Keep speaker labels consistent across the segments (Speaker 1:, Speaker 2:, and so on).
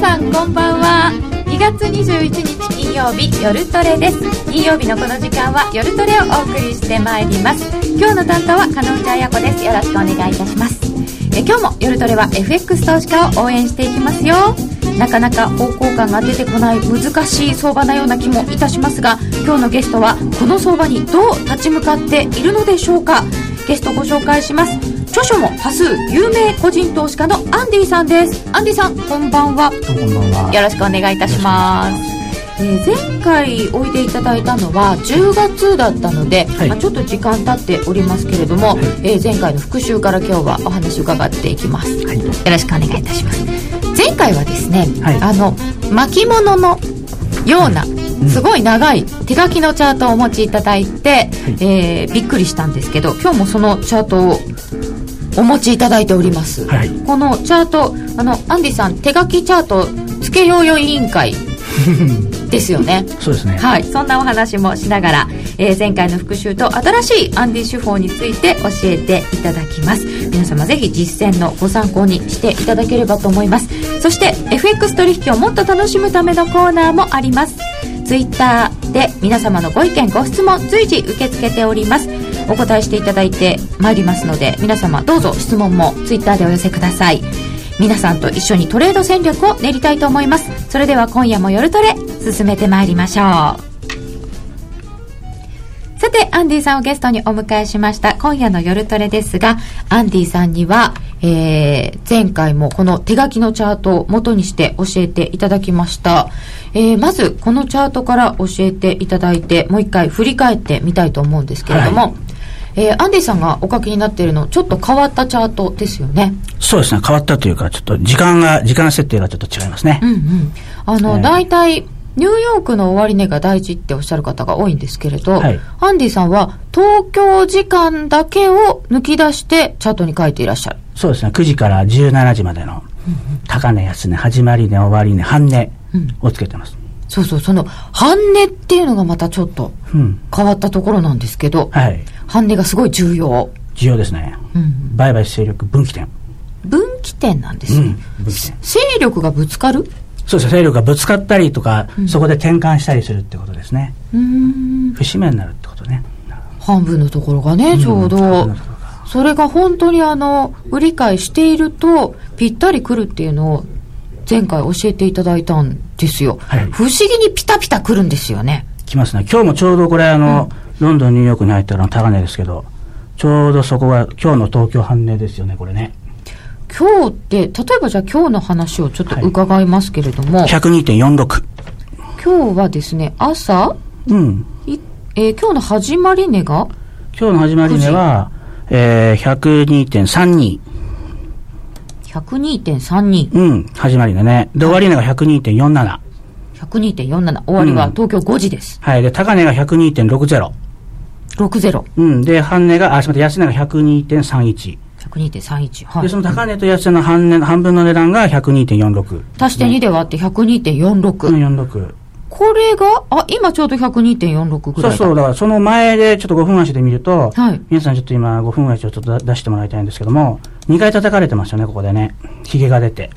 Speaker 1: さんこんばんは2月21日金曜日夜トレです金曜日のこの時間は夜トレをお送りしてまいります今日の担当は加納内彩子ですよろしくお願いいたしますえ今日も夜トレは FX 投資家を応援していきますよなかなか方向感が出てこない難しい相場なような気もいたしますが今日のゲストはこの相場にどう立ち向かっているのでしょうかゲストご紹介します著書も多数有名個人投資家のアンディさんですアンディさんこんばんは
Speaker 2: どうもこんばんは。
Speaker 1: よろしくお願いいたします。えー前回おいでいただいたのは10月だったので、
Speaker 2: はい
Speaker 1: まあ、ちょっと時間経っておりますけれども、えー前回の復習から今日はお話伺っていきます。よ
Speaker 2: はい。
Speaker 1: ろしくお願いいたします。前回はですね、
Speaker 2: はい
Speaker 1: あの巻物のような、
Speaker 2: ん
Speaker 1: すごい長い手書きのチャートをお持ちいただいて、えーびっくりしたんですけど今日もそのチャートをお持ちいただいております、
Speaker 2: はい
Speaker 1: このチャートあのアンディさん手書きチャートつけようよ委員 会ですよね
Speaker 2: そうですね。
Speaker 1: はいそんなお話もしながら、えー前回の復習と新しいアンディ手法について教えていただきます皆様ぜひ実践のご参考にしていただければと思いますそして FX 取引をもっと楽しむためのコーナーもありますツイッターで皆様のご意見ご質問随時受け付けておりますお答えしていただいてまいりますので皆様どうぞ質問もツイッターでお寄せください皆さんと一緒にトレード戦略を練りたいと思いますそれでは今夜も夜トレ進めてまいりましょうさてアンディさんをゲストにお迎えしました今夜の夜トレですがアンディさんには、えー、前回もこの手書きのチャートを元にして教えていただきました、えー、まずこのチャートから教えていただいてもう一回振り返ってみたいと思うんですけれども、
Speaker 2: はい
Speaker 1: えーアンディさんがお書きになっているのちょっと変わったチャートですよね
Speaker 2: そうですね。変わったというか、ちょっと時間が、時間設定がちょっと違いますね。
Speaker 1: うんうん、あの、
Speaker 2: ええ
Speaker 1: 大体ニューヨークの終値が大事っておっしゃる方が多いんですけれど、
Speaker 2: はい
Speaker 1: アンディさんは東京時間だけを抜き出してチャートに書いていらっしゃる。
Speaker 2: そうですね。9時から17時までの、高値、安値、始まり値、終わり値、半値
Speaker 1: うん
Speaker 2: をつけてます。
Speaker 1: そうそう、その半値っていうのがまたちょっと
Speaker 2: うん。
Speaker 1: 変わったところなんですけど、
Speaker 2: はい。
Speaker 1: 半値がすごい重要。
Speaker 2: 重要ですね。
Speaker 1: うん
Speaker 2: 売買勢力分岐点。
Speaker 1: 分岐点なんで
Speaker 2: う
Speaker 1: すね
Speaker 2: ん。。分岐点。
Speaker 1: 勢力がぶつかる
Speaker 2: そうですね。勢力がぶつかったりとか、そこで転換したりするってことですね。
Speaker 1: うーん
Speaker 2: 節目になるってことね。
Speaker 1: 半分のところがね、ちょうど。
Speaker 2: んは
Speaker 1: それが本当にあの、売り買いしていると、ぴったり来るっていうのを、前回教えていただいたんですよ。
Speaker 2: い。
Speaker 1: 不思議にピタピタ来るんですよね。
Speaker 2: 来ますね。今日もちょうどこれ、あの、ロンドン、ニューヨークに入ったのは高値ですけど、ちょうどそこが今日の東京半値ですよね、これね。
Speaker 1: 今日って、例えばじゃあ今日の話をちょっと
Speaker 2: はい
Speaker 1: 伺いますけれども、
Speaker 2: 102.46。
Speaker 1: 今日はですね、朝、
Speaker 2: うん。
Speaker 1: いえー今日の始まり値が、
Speaker 2: 今日の始まり値は、えー、102.32。
Speaker 1: 102.32、
Speaker 2: うん、始まり値ね。で、終わり値が102.47。
Speaker 1: 102.47、終わりは
Speaker 2: うん
Speaker 1: 東京5時です。
Speaker 2: はい。で、高値が102.60。
Speaker 1: 60、
Speaker 2: うん。で、半値が、あ、すみません、安値が102.31。
Speaker 1: 102.31。は
Speaker 2: で、そ
Speaker 1: い。
Speaker 2: の高値と安値の半値、半分の値段が102.46。
Speaker 1: 足して2で割って102.46。
Speaker 2: うん、46。
Speaker 1: これが、あ、今ちょうど102.46ぐ
Speaker 2: そ
Speaker 1: らい
Speaker 2: う
Speaker 1: だ。
Speaker 2: そう、だからその前でちょっと5分足で見ると、
Speaker 1: はい
Speaker 2: 皆さんちょっと今5分足をちょっと出してもらいたいんですけども、2回叩かれてましたね、ここでね。髭が出て。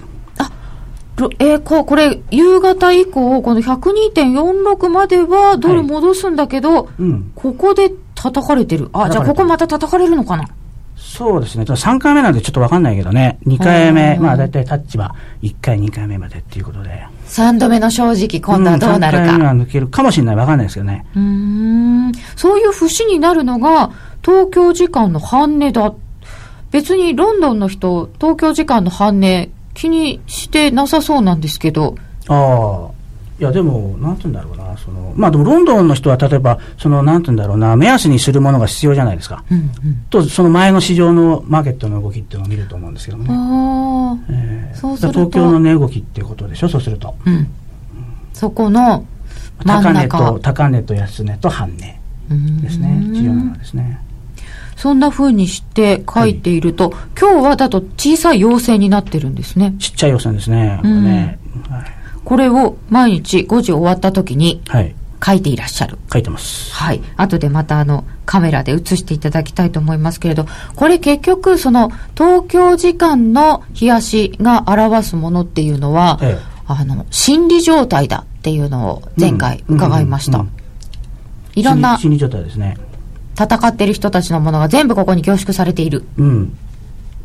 Speaker 1: ろえーこう、これ、夕方以降、この102.46まではドル戻すんだけど、
Speaker 2: うん。
Speaker 1: ここで叩かれてる。あ、じゃあ
Speaker 2: 叩かれて
Speaker 1: こ
Speaker 2: る
Speaker 1: こまた叩かれるのかな
Speaker 2: そうですね。ただ3回目なんでちょっとわかんないけどね。2回
Speaker 1: う
Speaker 2: 目、
Speaker 1: ん
Speaker 2: まあ大体タッチは1回、2回目までっていうことで。
Speaker 1: ?3 度目の正直、今度はどうなる
Speaker 2: ん三回目
Speaker 1: か。
Speaker 2: は抜けるかもしれない。わかんないですけどね。
Speaker 1: うーん。そういう節になるのが、東京時間の半値だ。別にロンドンの人、東京時間の半値、気にしてなさそうなんですけど、
Speaker 2: ああ。いや、でも、なんて言うんだろうな。その、まあでもロンドンの人は例えば、その、なんて言うんだろうな、目安にするものが必要じゃないですか。
Speaker 1: うんうん。
Speaker 2: と、その前の市場のマーケットの動きっていうのを見ると思うんですけどね。
Speaker 1: ああ。
Speaker 2: ええ
Speaker 1: そうすると
Speaker 2: 東京の値動きってことでしょ、そうすると。
Speaker 1: うん、そこの真
Speaker 2: 高
Speaker 1: ん
Speaker 2: 値
Speaker 1: 中
Speaker 2: と、高値と安値と半値ですね。
Speaker 1: うん
Speaker 2: 重要なのですね。
Speaker 1: そんな風にして書いていると、今日はだと小さい陽性になってるんですね
Speaker 2: ちっちゃい予算ですね。これねはい
Speaker 1: これを毎日5時終わった時に
Speaker 2: はい。
Speaker 1: 書いていらっしゃる
Speaker 2: 書いてます。
Speaker 1: はい後でまたあのカメラで映していただきたいと思いますけれどこれ結局その東京時間の日足が表すものっていうのは、
Speaker 2: ええ
Speaker 1: あの心理状態だっていうのを前回伺いました、
Speaker 2: うんうんうん
Speaker 1: いろんな
Speaker 2: 心理心理状態ですね。
Speaker 1: 戦ってる人たちのものが全部ここに凝縮されている
Speaker 2: うん。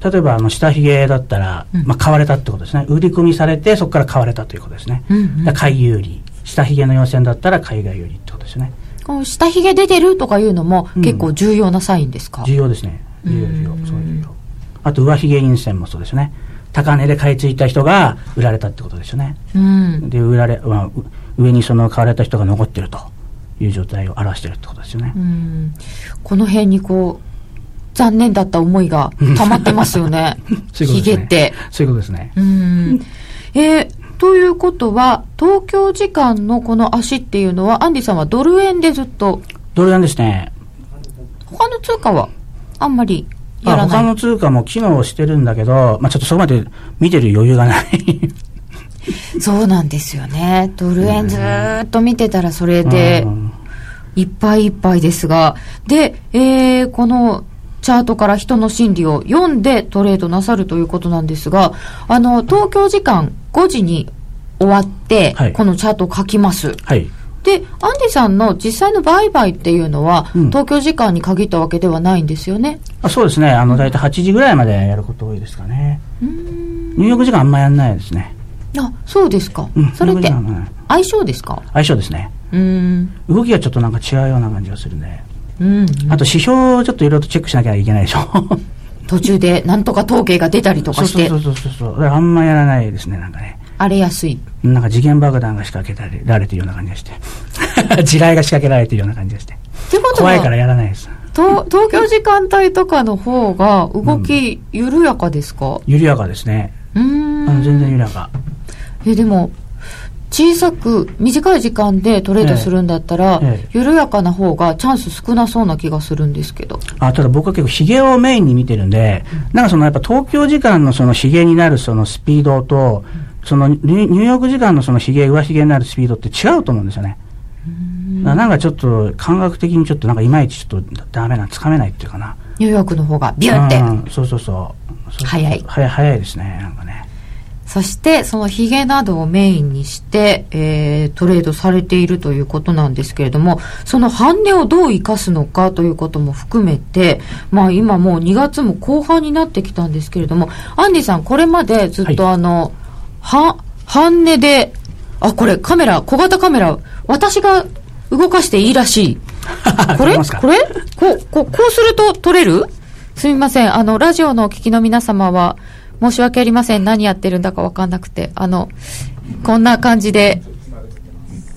Speaker 2: 例えば、あの、下髭だったら、
Speaker 1: うん
Speaker 2: まあ、買われたってことですね。売り込みされて、そこから買われたということですね。
Speaker 1: うんうん
Speaker 2: だから買い有利。下髭の要線だったら、買いが有利ってことですね。
Speaker 1: この下髭出てるとかいうのも
Speaker 2: うん
Speaker 1: 結構重要なサインですか、
Speaker 2: 重要ですね。重要、重
Speaker 1: う
Speaker 2: 要。
Speaker 1: ん
Speaker 2: そういう重要。あと、上髭陰線もそうですね。高値で買い付いた人が売られたってことですよね。
Speaker 1: うん
Speaker 2: で、売られ、まあ、う上にその買われた人が残ってるという状態を表してるってことですよね
Speaker 1: う。んこの辺にこう残念だった思いが溜まってますよね
Speaker 2: そういうことですね。
Speaker 1: 髭って
Speaker 2: そういうことですね。
Speaker 1: うんえーということは東京時間のこの足っていうのはアンディさんはドル円でずっと
Speaker 2: ドル円ですね。
Speaker 1: 他の通貨はあんまり
Speaker 2: ま
Speaker 1: や
Speaker 2: あ、
Speaker 1: ら
Speaker 2: 他
Speaker 1: ない
Speaker 2: の通貨も機能してるんだけど、まあ、ちょっとそこまで見てる余裕がない。
Speaker 1: そうなんですよねドル円ずーっと見てたらそれ で、
Speaker 2: うん
Speaker 1: いっぱいいっぱいですが、で、えーこのチャートから人の心理を読んでトレードなさるということなんですが、あの、東京時間5時に終わって、
Speaker 2: はい
Speaker 1: このチャートを書きます。
Speaker 2: はい。
Speaker 1: で、アンディさんの実際の売買っていうのは、
Speaker 2: うん
Speaker 1: 東京時間に限ったわけではないんですよね。
Speaker 2: あそうですね。あの、だいたい8時ぐらいまでやること多いですかね。
Speaker 1: うーん。
Speaker 2: 入浴時間あんまやんないですね。
Speaker 1: あ、そうですか。
Speaker 2: うん。
Speaker 1: それっ
Speaker 2: 入浴時
Speaker 1: て
Speaker 2: 間あんまない
Speaker 1: 相性ですか
Speaker 2: 相性ですね。
Speaker 1: うーん。
Speaker 2: 動きがちょっとなんか違うような感じがするね。
Speaker 1: うん。
Speaker 2: あと指標をちょっといろいろとチェックしなきゃいけない でしょ。
Speaker 1: 途中でなんとか統計が出たりと
Speaker 2: そ
Speaker 1: か
Speaker 2: う
Speaker 1: し
Speaker 2: そう
Speaker 1: て
Speaker 2: そ、うそうそうそう。だからあんまやらないですね、なんかね。
Speaker 1: 荒れやすい。
Speaker 2: なんか時限爆弾が仕掛けられられてるような感じがして。 地雷が仕掛けられてるような感じがして。
Speaker 1: ってことは
Speaker 2: 怖いからやらないです。
Speaker 1: と東京時間帯とかの方が動き緩やかですか
Speaker 2: 緩やかですね。
Speaker 1: うー
Speaker 2: あの
Speaker 1: ん
Speaker 2: 全然緩やか。
Speaker 1: えでも小さく短い時間でトレードするんだったら、
Speaker 2: ええ
Speaker 1: 緩やかな方がチャンス少なそうな気がするんですけど
Speaker 2: あただ僕は結構ヒゲをメインに見てるんで、なんかそのやっぱ東京時間のそのヒゲになるそのスピードと、そのニュニューヨーク時間のそのヒゲ、上ヒゲになるスピードって違うと思うんですよね。だからなんかちょっと感覚的にちょっとなんかいまいちちょっとダメな、つかめないっていうかな。
Speaker 1: ニューヨークの方がビューって、
Speaker 2: うんそうそうそう。そう
Speaker 1: 早い
Speaker 2: 早い、早いですね、なんかね。
Speaker 1: そしてそのヒゲなどをメインにして、えートレードされているということなんですけれどもその半値をどう生かすのかということも含めて、まあ、今もう2月も後半になってきたんですけれどもアンディさんこれまでずっと
Speaker 2: は
Speaker 1: あの、は半値であこれカメラ小型カメラ私が動かしていいらしい。 こ
Speaker 2: 撮
Speaker 1: れ
Speaker 2: れますか
Speaker 1: これこう、こう、こうすると取れるすみません。あの、ラジオのお聞きの皆様は、申し訳ありません。何やってるんだかわかんなくて。あの、こんな感じで、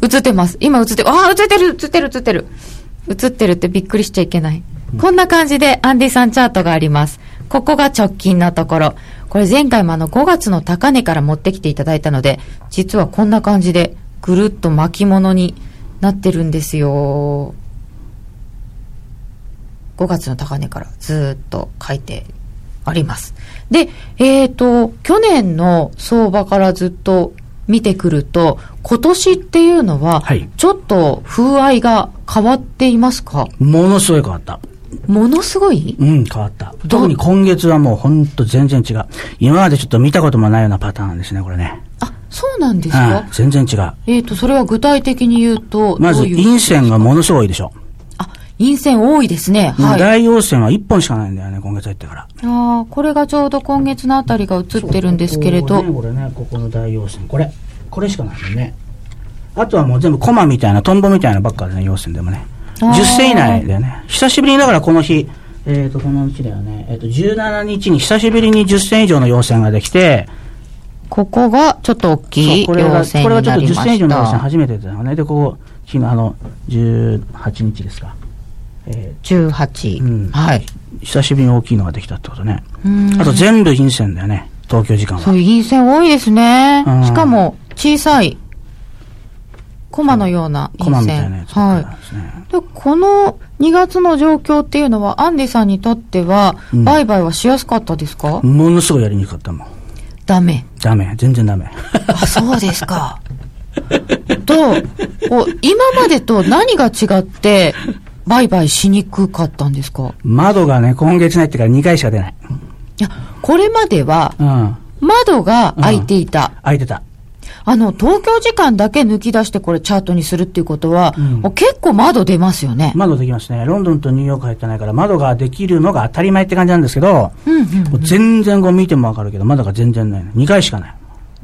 Speaker 1: 映ってます。今映って、ああ、映ってる映ってる映ってる映ってるってびっくりしちゃいけない。こんな感じで、アンディさんチャートがあります。ここが直近のところ。これ前回もあの5月の高値から持ってきていただいたので、実はこんな感じで、ぐるっと巻物になってるんですよ。5月の高値からずーっと書いてあります。で、えっ、と、去年の相場からずっと見てくると、今年っていうのは
Speaker 2: はい、
Speaker 1: ちょっと風合いが変わっていますか、
Speaker 2: ものすごい変わった。
Speaker 1: ものすごい
Speaker 2: うん、変わった。特に今月はもうほんと全然違う。今までちょっと見たこともないようなパターンですね、これね。
Speaker 1: あ、そうなんです
Speaker 2: う
Speaker 1: か
Speaker 2: ん、、全然違う。
Speaker 1: えっ、と、それは具体的に言うと、
Speaker 2: まず
Speaker 1: どういう
Speaker 2: 陰線がものすごい多いでしょ。
Speaker 1: あ、陰線多いですね。はい。あ
Speaker 2: 大陽線は1本しかないんだよね、今月入ってから。
Speaker 1: あーこれがちょうど今月のあたりが映ってるんですけれど、
Speaker 2: これね、ここの大陽線。これ。これしかないもんね。あとはもう全部コマみたいな、トンボみたいなばっかでね、陽線でもね。
Speaker 1: あー
Speaker 2: 10線以内だよね。久しぶりに、だからこの日、えっ、と、このうちだよね。えっ、と、17日に久しぶりに10線以上の陽線ができて、
Speaker 1: ここがちょっと大きい
Speaker 2: そうこれが
Speaker 1: 陽線
Speaker 2: これ
Speaker 1: に
Speaker 2: がちょ
Speaker 1: な
Speaker 2: っと
Speaker 1: り
Speaker 2: 10
Speaker 1: ま
Speaker 2: 線以上
Speaker 1: し
Speaker 2: の陽線
Speaker 1: た。
Speaker 2: 初めてだよね。で、ここ、昨日、あの、18日ですか。え
Speaker 1: 18、
Speaker 2: うん
Speaker 1: はい
Speaker 2: ー久しぶりに大きいのができたってことね。
Speaker 1: うん
Speaker 2: あと全部陰線だよね、東京時間
Speaker 1: そ
Speaker 2: は。
Speaker 1: ういう陰線多いですね
Speaker 2: うん
Speaker 1: しかも小さいコマのような
Speaker 2: コマ
Speaker 1: 陰
Speaker 2: みたいな
Speaker 1: 線
Speaker 2: やつだった
Speaker 1: は
Speaker 2: んですね。
Speaker 1: いでこの2月の状況っていうのはアンディさんにとっては
Speaker 2: うん
Speaker 1: 売買はしやすかったですか、
Speaker 2: ものすごいやりにくかったもん。
Speaker 1: ダメ
Speaker 2: ダメ、全然ダメ。
Speaker 1: あそうですかとこう今までと何が違って売買しにくかったんですか
Speaker 2: 窓がね、今月ないってから2回しか出ない。
Speaker 1: いやこれまでは
Speaker 2: うん。
Speaker 1: 窓が開いていた、
Speaker 2: 開いてた。
Speaker 1: あの、東京時間だけ抜き出してこれチャートにするっていうことは、
Speaker 2: うん
Speaker 1: もう結構窓出ますよね。
Speaker 2: 窓できますね。ロンドンとニューヨーク入ってないから、窓ができるのが当たり前って感じなんですけど、
Speaker 1: うんうん
Speaker 2: もう全然こう見てもわかるけど、窓が全然ないの。2回しかない。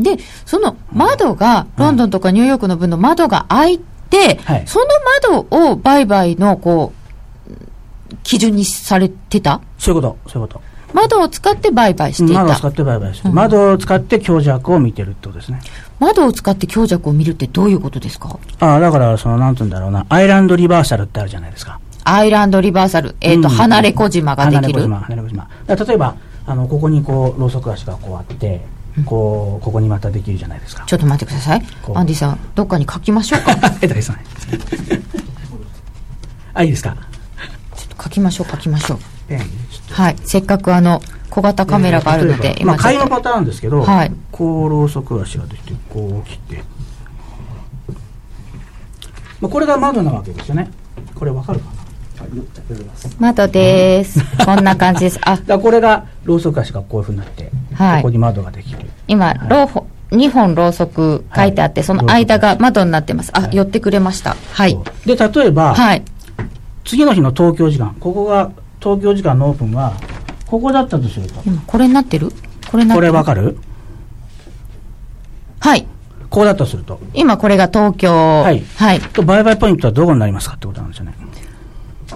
Speaker 1: で、その窓が、ロンドンとかニューヨークの分の窓が開いて、
Speaker 2: はい
Speaker 1: その窓を売買の、こう、基準にされてた
Speaker 2: そういうこと、そういうこと。
Speaker 1: 窓を使って売買していた。
Speaker 2: 窓
Speaker 1: 窓を
Speaker 2: を使って売買してる、
Speaker 1: うん
Speaker 2: 窓を使って強弱を見てるってことですね。
Speaker 1: 使って強弱を見るってどういうことですか
Speaker 2: ああ、だから、その、なんて言うんだろうな、アイランドリバーサルってあるじゃないですか。
Speaker 1: アイランドリバーサル、えっ、と、
Speaker 2: うん
Speaker 1: 離れ小島ができ
Speaker 2: 離れ小
Speaker 1: る。
Speaker 2: 島、離れ小島。だから例えば、あの、ここにこう、ろうそく足がこうあって、こう、ここにまたできるじゃないですか。
Speaker 1: ちょっと待ってください
Speaker 2: こ。う
Speaker 1: アンディさん、どっかに書きましょうか。
Speaker 2: はい、大さん。あ、いいですか。
Speaker 1: ちょっと書きましょう、書きましょう。
Speaker 2: ペン。
Speaker 1: はい。せっかくあの、小型カメラがあるので、
Speaker 2: まあ、
Speaker 1: ちょっ
Speaker 2: 買い
Speaker 1: と
Speaker 2: のパターンですけど、
Speaker 1: はい
Speaker 2: こうろうそく足ができて、こう切って。まあ、これが窓なわけですよね。これわかるかな
Speaker 1: 窓です。こんな感じです。あ
Speaker 2: だか、らこれがろうそく足がこういうふうになって、
Speaker 1: はい
Speaker 2: ここに窓ができる。
Speaker 1: 今、ろうほ2本ろうそく書いてあって、
Speaker 2: はい
Speaker 1: その間が窓になってます。あ、寄ってくれました。はい
Speaker 2: そ。うで、例えば、
Speaker 1: はい。
Speaker 2: 次の日の東京時間、ここが東京時間のオープンは、ここだったとすると、
Speaker 1: 今、これになってるこれになっ
Speaker 2: こ
Speaker 1: て
Speaker 2: れ
Speaker 1: る
Speaker 2: わかる
Speaker 1: はい。
Speaker 2: ここだったとすると、
Speaker 1: 今、これが東京。はいはい。
Speaker 2: と売買ポイントはどこになりますかってことなんですよね。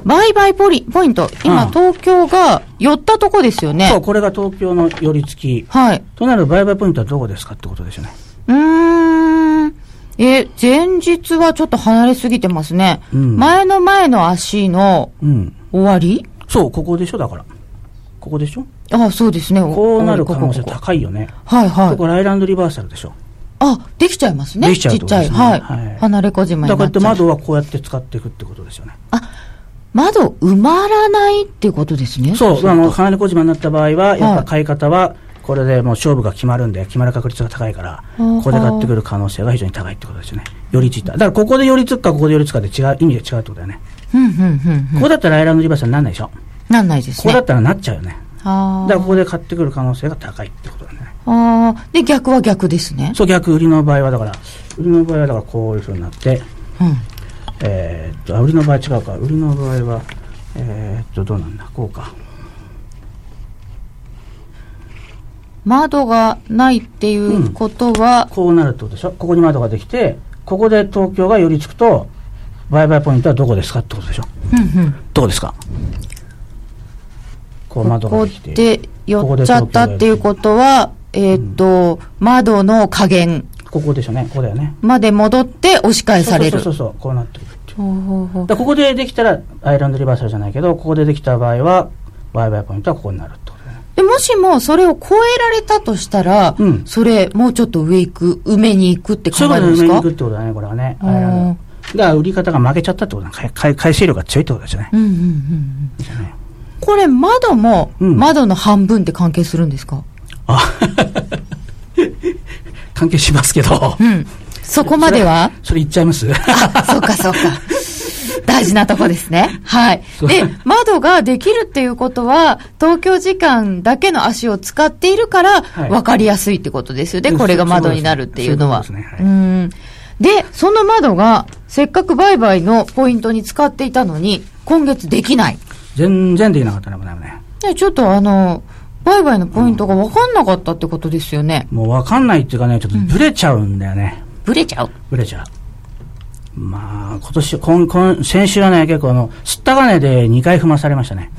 Speaker 1: 売買ポリポイント。今、
Speaker 2: うん
Speaker 1: 東京が寄ったとこですよね。
Speaker 2: そう、これが東京の寄り付き。
Speaker 1: はい。
Speaker 2: となる売買ポイントはどこですかってことですよね。
Speaker 1: うーん。え、前日はちょっと離れすぎてますね。
Speaker 2: うん
Speaker 1: 前の前の足の
Speaker 2: うん。
Speaker 1: 終わり
Speaker 2: そう、ここでしょ、だから。ここでしょ
Speaker 1: あ、そうですね。
Speaker 2: こうなる可能性
Speaker 1: こここ
Speaker 2: 高いよね。
Speaker 1: こはいはい。
Speaker 2: ここライランドリバーサルでしょ。
Speaker 1: あ、できちゃいますね。
Speaker 2: できちゃう
Speaker 1: ち
Speaker 2: っ
Speaker 1: ってち
Speaker 2: こと
Speaker 1: ゃ
Speaker 2: で
Speaker 1: い。
Speaker 2: すね
Speaker 1: はい。
Speaker 2: はい
Speaker 1: 離れ小
Speaker 2: だ
Speaker 1: 島
Speaker 2: から
Speaker 1: に
Speaker 2: こう
Speaker 1: なっ
Speaker 2: やって
Speaker 1: ちゃう。
Speaker 2: 窓はこうやって使っていくってことですよね。
Speaker 1: 窓埋まらないってことですね。
Speaker 2: そう、あの、
Speaker 1: の、
Speaker 2: 金子島になった場合は、や
Speaker 1: は
Speaker 2: っぱ
Speaker 1: い
Speaker 2: 買い方は、これでもう勝負が決まるんで、決まる確率が高いから、
Speaker 1: ー
Speaker 2: ここで買ってくる可能性が非常に高いってことですよね。寄りついた。だからここで寄りつくか、ここで寄りつくかで違う、意味が違うってことだよね。
Speaker 1: うんうんうんう
Speaker 2: こ
Speaker 1: ん。
Speaker 2: こだったらアイランドリバーサルになんないでしょ。
Speaker 1: なんないです
Speaker 2: ここだ
Speaker 1: ね
Speaker 2: っ。たらなっちゃうよね。
Speaker 1: あ
Speaker 2: だからこ
Speaker 1: ー
Speaker 2: こで買ってくる可能性が高いってことだね。
Speaker 1: あー。で、逆は逆ですね。
Speaker 2: そう、逆売りの場合は、だから、売りの場合は、だからこういうふうになって、
Speaker 1: うん。
Speaker 2: えーっと、あ売りの場合違うか、売りの場合は、えーっと、どうなんだ、こうか。
Speaker 1: 窓がないっていうことは、
Speaker 2: こうなるってことでしょここに窓ができて、ここで東京が寄りつくと、売買ポイントはどこですかってことでしょ
Speaker 1: うんうん。
Speaker 2: どこですかこう窓
Speaker 1: こ
Speaker 2: が
Speaker 1: こ
Speaker 2: できて。
Speaker 1: で寄っちゃったっていうことは、えーっと、窓の加減
Speaker 2: ここでしょうね。ここだよね。
Speaker 1: まで戻って押し返される
Speaker 2: そう。そうそうそう、こうなってくるっていう。
Speaker 1: ほうほうほう
Speaker 2: だからここでできたら、アイランドリバーサルじゃないけど、ここでできた場合は、売買ポイントはここになるってことだよね。
Speaker 1: でもしもそれを超えられたとしたら、
Speaker 2: うん
Speaker 1: それもうちょっと上行く、埋めに行くって考
Speaker 2: そういうこ
Speaker 1: える
Speaker 2: と
Speaker 1: んです
Speaker 2: で埋めに
Speaker 1: か
Speaker 2: 行くってことだね、これはね。
Speaker 1: うん
Speaker 2: アイランドだから売り方が負けちゃったってことだ買い買い買い勢力が強いってことですよね。
Speaker 1: うんうんうんうん。これ窓も、
Speaker 2: うん
Speaker 1: 窓の半分って関係するんですか
Speaker 2: あ関係しますけど。
Speaker 1: うん。そこまでは
Speaker 2: それ言っちゃ います
Speaker 1: あ、そうかそうか。大事なとこですね。はい。で、窓ができるっていうことは、東京時間だけの足を使っているから、
Speaker 2: はい
Speaker 1: 分かりやすいってことですよね。
Speaker 2: うん
Speaker 1: これが
Speaker 2: そうそう
Speaker 1: 窓になるっていうのは。
Speaker 2: そういうことです
Speaker 1: う
Speaker 2: ね
Speaker 1: ん。で、その窓が、せっかく売買のポイントに使っていたのに、今月できない。
Speaker 2: 全然できなかったね、もうね。
Speaker 1: でちょっとあの、売買のポイントが分かんなかったってことですよね。
Speaker 2: もうわかんないっていうかね、ちょっとブレちゃうんだよね。
Speaker 1: ブレちゃう。
Speaker 2: ブレちゃう。まあ、今年、今、今、先週はね、結構あの、すった金で2回踏まされましたね。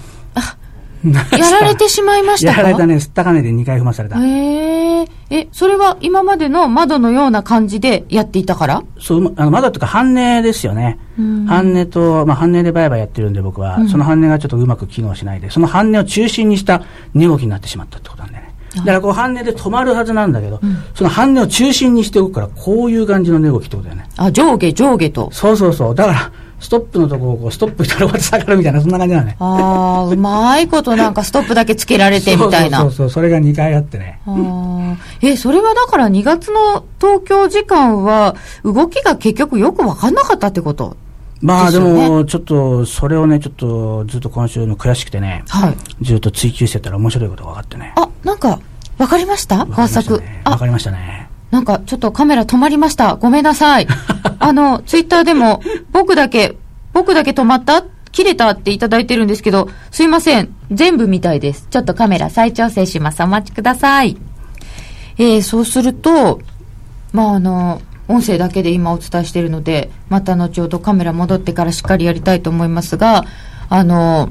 Speaker 1: やられてしまいました
Speaker 2: や
Speaker 1: か
Speaker 2: られたね、すった金で2回踏まされた。
Speaker 1: へええ、それは今までの窓のような感じでやっていたから
Speaker 2: そう、まあの、まだっていうか、半値ですよね。
Speaker 1: うん
Speaker 2: 半値と、まあ、半値で売買やってるんで、僕は、
Speaker 1: うん
Speaker 2: その半値がちょっとうまく機能しないで、その半値を中心にした値動きになってしまったってことなんだよね。だから、こう、半値で止まるはずなんだけど、その半値を中心にして動くから、こういう感じの値動きってことだよね。
Speaker 1: あ、上下上下と。
Speaker 2: そうそうそう。だから、ストップのとこをこう、ストップしたら終わって下がるみたいな、そんな感じなのね。
Speaker 1: ああ、うまいことなんかストップだけつけられてみたい
Speaker 2: そ
Speaker 1: な
Speaker 2: うそう。そうそう、それが2回あってね。
Speaker 1: あーえ、それはだから2月の東京時間は動きが結局よくわかんなかったってこと
Speaker 2: まあ
Speaker 1: です
Speaker 2: で
Speaker 1: よね
Speaker 2: も、ちょっと、それをね、ちょっと、ずっと今週の悔しくてね、
Speaker 1: はい。
Speaker 2: ずっと追求してたら面白いことが分かってね。
Speaker 1: あ、なんか、わかりました
Speaker 2: わ
Speaker 1: 川
Speaker 2: かりました
Speaker 1: 作
Speaker 2: ね。わ
Speaker 1: あ、
Speaker 2: かりましたね。
Speaker 1: なんかちょっとカメラ止まりました。ごめんなさい。あの、ツイッターでも、僕だけ、僕だけ止まった切れたっていただいてるんですけど、すいません。全部みたいです。ちょっとカメラ再調整します。お待ちください。えー、そうすると、まあ、あの、音声だけで今お伝えしているので、また後ほどカメラ戻ってからしっかりやりたいと思いますが、あの、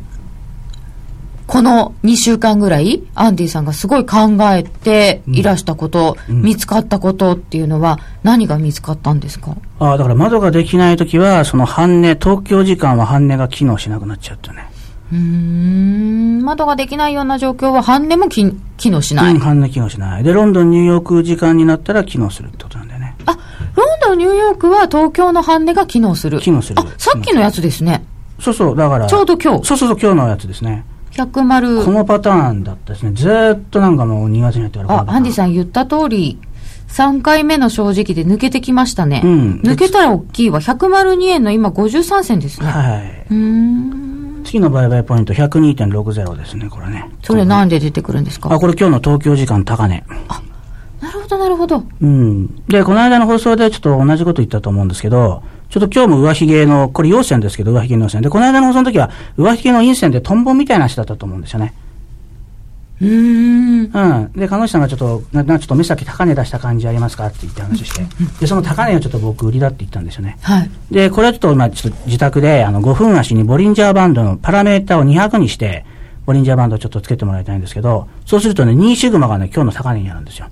Speaker 1: この2週間ぐらい、アンディさんがすごい考えていらしたこと、
Speaker 2: うん
Speaker 1: 見つかったことっていうのは、何が見つかったんですか
Speaker 2: ああ、だから窓ができないときは、その半値、東京時間は半値が機能しなくなっちゃったね。
Speaker 1: うーん、窓ができないような状況は、半値もき機能しない。
Speaker 2: うん、半値機能しない。で、ロンドン、ニューヨーク時間になったら機能するってことなんだよね。
Speaker 1: あ、ロンドン、ニューヨークは東京の半値が機能する。
Speaker 2: 機能する
Speaker 1: あ、さっきのやつですね。
Speaker 2: そうそう、だから。
Speaker 1: ちょうど今日。
Speaker 2: そうそうそう、今日のやつですね。
Speaker 1: 100
Speaker 2: こ
Speaker 1: 丸。
Speaker 2: のパターンだったですね。ずーっとなんかもう2月になってからこの
Speaker 1: あ
Speaker 2: パ、ター。
Speaker 1: アンディさん言った通り、3回目の正直で抜けてきましたね。
Speaker 2: うん
Speaker 1: 抜けたら大きいわ。102円の今53銭ですね。
Speaker 2: はい。
Speaker 1: うーん。
Speaker 2: 次の売買ポイント102.60ですね、これね。
Speaker 1: それなんで出てくるんですか
Speaker 2: あ、これ今日の東京時間高値。
Speaker 1: なるほど、なるほど。
Speaker 2: うん。で、この間の放送でちょっと同じこと言ったと思うんですけど、ちょっと今日も上髭の、これ陽線ですけど、上髭の陽線。で、この間の放送の時は、上髭の陰線でトンボみたいな話だったと思うんですよね。
Speaker 1: うーん。
Speaker 2: うん。で、看護師さんがちょっと、な、なちょっと目先高値出した感じありますかって言って話して。で、その高値をちょっと僕売りだって言ったんですよね。
Speaker 1: はい。
Speaker 2: で、これはちょっと今、ちょっと自宅で、あの、5分足にボリンジャーバンドのパラメータを200にして、ボリンジャーバンドをちょっとつけてもらいたいんですけど、そうするとね、2シグマがね、今日の高値になるんですよ。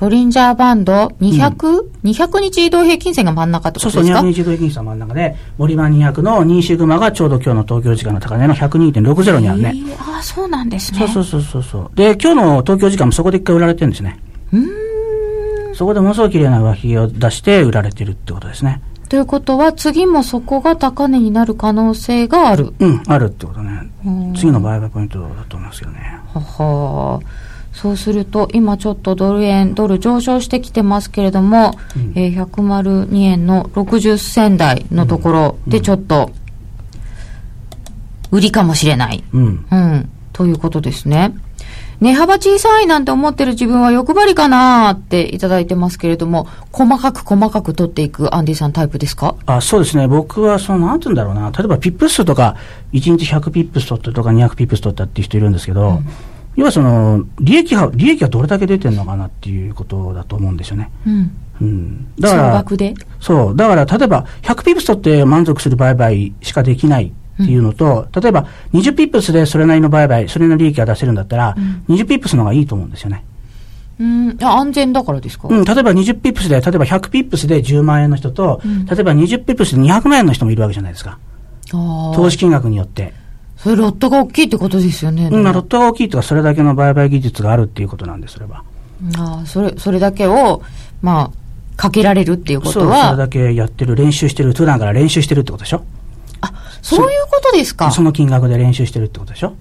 Speaker 1: ボリンジャーバンド 200?200、200日移動平均線が真ん中ってこ
Speaker 2: そう
Speaker 1: と
Speaker 2: そう、
Speaker 1: ですか
Speaker 2: 221度平均差の真ん中で、森場200の2シグマがちょうど今日の東京時間の高値の102.60にあるね。
Speaker 1: えーあー、そうなんですね。
Speaker 2: そうそうそうそうそう。で、今日の東京時間もそこで一回売られてるんですね。
Speaker 1: うーん。
Speaker 2: そこでものすごい綺麗な上髭を出して売られてるってことですね。
Speaker 1: ということは、次もそこが高値になる可能性がある。
Speaker 2: うん、あるってことね
Speaker 1: うん。
Speaker 2: 次の売買ポイントだと思いますよね。
Speaker 1: ははそうすると、今ちょっとドル円、ドル上昇してきてますけれども、えー102円の60銭台のところでちょっと、売りかもしれない。
Speaker 2: うん。
Speaker 1: うん、ということですね。値幅小さいなんて思ってる自分は欲張りかなーっていただいてますけれども、細かく細かく取っていくアンディさんタイプですか
Speaker 2: あそうですね、僕はその、なんて言うんだろうな、例えばピップ数とか、1日100ピップス取ったとか、200ピップス取ったっていう人いるんですけど、要はその利益は、利益がどれだけ出てるのかなっていうことだと思うんですよね。
Speaker 1: うん。
Speaker 2: うん、だ
Speaker 1: 総
Speaker 2: から
Speaker 1: 額で
Speaker 2: そう、だから例えば100ピップス取って満足する売買しかできないっていうのと、例えば20ピップスでそれなりの売買、それなりの利益が出せるんだったら、20ピップスの方がいいと思うんですよね。
Speaker 1: うん、あ安全だからですか、
Speaker 2: うん、例えば20ピップスで、例えば100ピップスで10万円の人と、例えば20ピップスで200万円の人もいるわけじゃないですか。
Speaker 1: ああ。
Speaker 2: 投資金額によって。
Speaker 1: それロットが大きいってことですよね。
Speaker 2: 今、ロットが大きいとか、それだけの売買技術があるっていうことなんです、それは。
Speaker 1: ああ、それ、それだけを、まあ、かけられるっていうこと
Speaker 2: そう、それ
Speaker 1: は、
Speaker 2: だけやってる、練習してる、普段から練習してるってことでしょ
Speaker 1: あ、そういうことですか。
Speaker 2: その金額で練習してるってことでしょ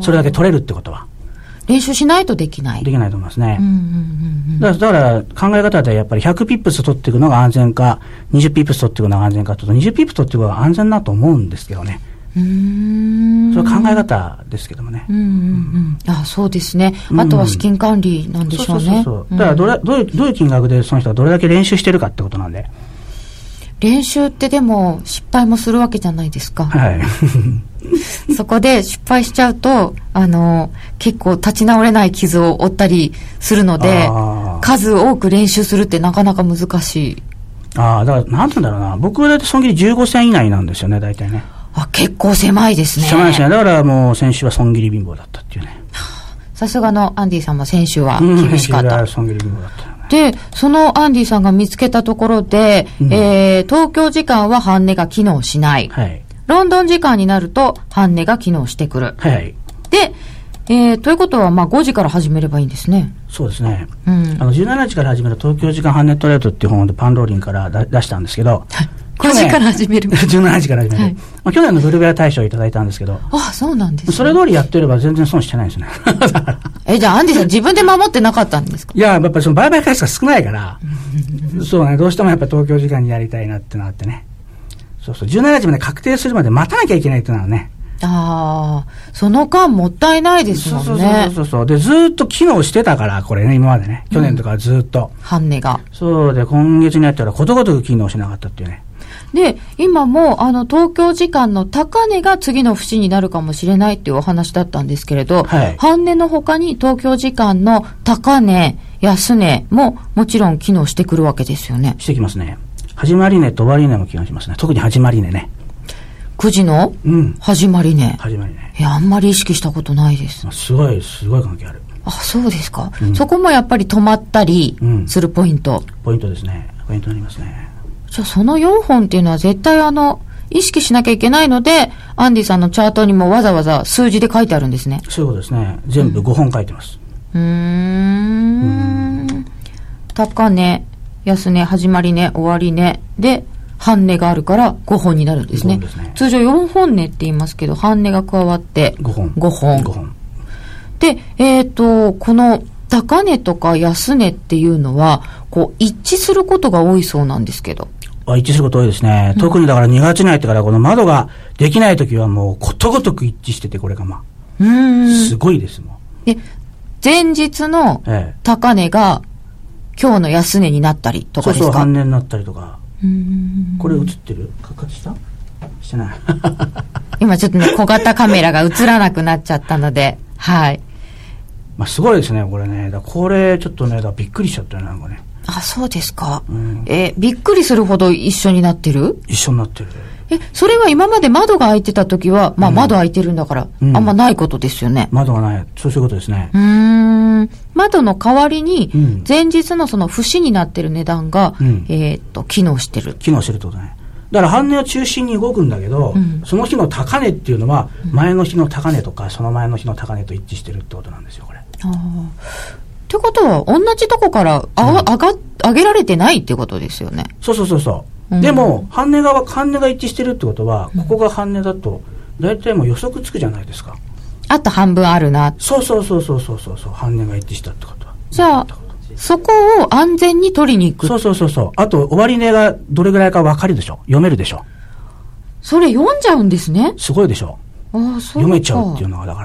Speaker 2: それだけ取れるってことは。
Speaker 1: 練習しないとできない。
Speaker 2: できないと思いますね
Speaker 1: うん。うんうん
Speaker 2: だから、だから考え方でやっぱり100ピップス取っていくのが安全か、20ピップス取っていくのが安全かっていうと、20ピップス取っていくのが安全だと思うんですけどね。
Speaker 1: うん。うーん。
Speaker 2: それは考え方ですけどもね
Speaker 1: うん。うんうん。あ、そうですね。
Speaker 2: うん
Speaker 1: あとは資金管理なんでしょ
Speaker 2: そううそう
Speaker 1: ね。
Speaker 2: そうそう。だからど
Speaker 1: うん
Speaker 2: れ、どういう、どういう金額でその人がどれだけ練習してるかってことなんで。
Speaker 1: 練習ってでも、失敗もするわけじゃないですか。
Speaker 2: はい。
Speaker 1: そこで失敗しちゃうと、あの、結構立ち直れない傷を負ったりするので
Speaker 2: あー、
Speaker 1: 数多く練習するってなかなか難しい。
Speaker 2: ああ、だから、なんて言うんだろうな。僕はだいたい損切り15銭以内なんですよね、大体ね。
Speaker 1: あ、結構狭いですね。
Speaker 2: しょうがないですね。だからもう先週は損切り貧乏だったっていうね。
Speaker 1: さすがのアンディさんも先週は
Speaker 2: うん
Speaker 1: 厳しかっ
Speaker 2: 先週
Speaker 1: た
Speaker 2: は。損切り貧乏だったよね。
Speaker 1: で、そのアンディさんが見つけたところで、
Speaker 2: うん
Speaker 1: えー、東京時間は半値が機能しない。
Speaker 2: はい。
Speaker 1: ロンドン時間になると半値が機能してくる。
Speaker 2: はいはい。
Speaker 1: で、えー、ということは、まあ5時から始めればいいんですね。
Speaker 2: そうですね。
Speaker 1: うん
Speaker 2: あ。の、17日から始める東京時間ハンネットレートっていう本でパンローリンからだ出したんですけど、
Speaker 1: 5時から始め る。
Speaker 2: 17時から始める。
Speaker 1: はい
Speaker 2: まあ、去年のブルベア大賞をいただいたんですけど、
Speaker 1: あ、そうなんですね、
Speaker 2: それ通りやってれば全然損してないで すね。だから
Speaker 1: え、じゃあ、アンディさん自分で守ってなかったんですか
Speaker 2: いや、やっぱりその売買回数が少ないから、そうね、どうしてもやっぱ東京時間にやりたいなってのがあってね。そうそう、17時まで確定するまで待たなきゃいけないってのはね、
Speaker 1: ああ、その間もったいないです
Speaker 2: そう
Speaker 1: も
Speaker 2: そ
Speaker 1: ん
Speaker 2: うそ
Speaker 1: ね
Speaker 2: う。そうそう。で、ずーっと機能してたから、これね、今までね。去年とかはずーっと。
Speaker 1: ハンネが。
Speaker 2: そうで、今月になったらことごとく機能しなかったっていうね。
Speaker 1: で、今も、あの、東京時間の高値が次の節になるかもしれないっていうお話だったんですけれど、
Speaker 2: はい
Speaker 1: 半値の他に東京時間の高値、安値ももちろん機能してくるわけですよね。
Speaker 2: してきますね。始まり値と終わり値も気がしますね。特に始まり値ね。
Speaker 1: 9時の
Speaker 2: うん。
Speaker 1: 始まり値。
Speaker 2: 始まり値。
Speaker 1: いや、あんまり意識したことないです。
Speaker 2: すごい、すごい関係ある。
Speaker 1: あ、そうですか。
Speaker 2: うん
Speaker 1: そこもやっぱり止まったり
Speaker 2: うん
Speaker 1: するポイント。
Speaker 2: ポイントですね。ポイントになりますね。
Speaker 1: じゃあその4本っていうのは絶対あの、意識しなきゃいけないので、アンディさんのチャートにもわざわざ数字で書いてあるんですね。
Speaker 2: そういうことですね。全部5本書いてます。
Speaker 1: うーん。高値、安値、始まり値、終わり値で、半値があるから5本になるんですね。
Speaker 2: 五本ですね
Speaker 1: 通常4本値って言いますけど、半値が加わって
Speaker 2: 5本。
Speaker 1: 5本。
Speaker 2: 5本。
Speaker 1: で、えっ、と、この高値とか安値っていうのは、こう、一致することが多いそうなんですけど。
Speaker 2: あ一致すること多いですね。特にだから2月に入ってからこの窓ができないときはもうことごとく一致してて、これがま
Speaker 1: う
Speaker 2: あ、
Speaker 1: ーん。
Speaker 2: すごいですもん。
Speaker 1: で、前日の
Speaker 2: ええ。
Speaker 1: 高値が今日の安値になったりと
Speaker 2: そ
Speaker 1: かで
Speaker 2: うそ
Speaker 1: す
Speaker 2: う、
Speaker 1: か
Speaker 2: 半値になったりとか。
Speaker 1: うーん
Speaker 2: これ映ってる復活したしてない。
Speaker 1: 今ちょっとね、小型カメラが映らなくなっちゃったので、はい。
Speaker 2: まあ、すごいですね、これね。だこれ、ちょっとね、だびっくりしちゃったよね、なんかね。
Speaker 1: あ、そうですか。
Speaker 2: うん。
Speaker 1: え、びっくりするほど一緒になってる
Speaker 2: 一緒になってる。
Speaker 1: え、それは今まで窓が開いてた時は、まあ
Speaker 2: うん
Speaker 1: 窓開いてるんだから、
Speaker 2: うん
Speaker 1: あんまないことですよね。
Speaker 2: 窓がない。そうそういうことですね
Speaker 1: う。ーん窓の代わりに
Speaker 2: うん、
Speaker 1: 前日のその節になってる値段が、
Speaker 2: うん
Speaker 1: えーっと、機能してる。
Speaker 2: 機能してるってことね。だから、半値を中心に動くんだけど、
Speaker 1: うん
Speaker 2: その日の高値っていうのは、前の日の高値とか、その前の日の高値と一致してるってことなんですよ、これ。
Speaker 1: あーってことは、同じとこからあが、上が、上げられてないってことですよね。
Speaker 2: そうそうそうそうう。
Speaker 1: ん
Speaker 2: でも、半値側、半値が一致してるってことは、ここが半値だと、大体もう予測つくじゃないですか。
Speaker 1: あと半分あるな。
Speaker 2: そうそうそうそうそうそうそう、半値が一致したってことは。
Speaker 1: じゃあ、そこを安全に取りに行く。
Speaker 2: そ
Speaker 1: そう
Speaker 2: そうそうそう。あと、終値がどれぐらいか分かるでしょ。読めるでしょ。
Speaker 1: れ読んじゃうんですね。
Speaker 2: すごいでしょ。
Speaker 1: ああ、そう
Speaker 2: 読
Speaker 1: か。
Speaker 2: めちゃうっていうのが、だか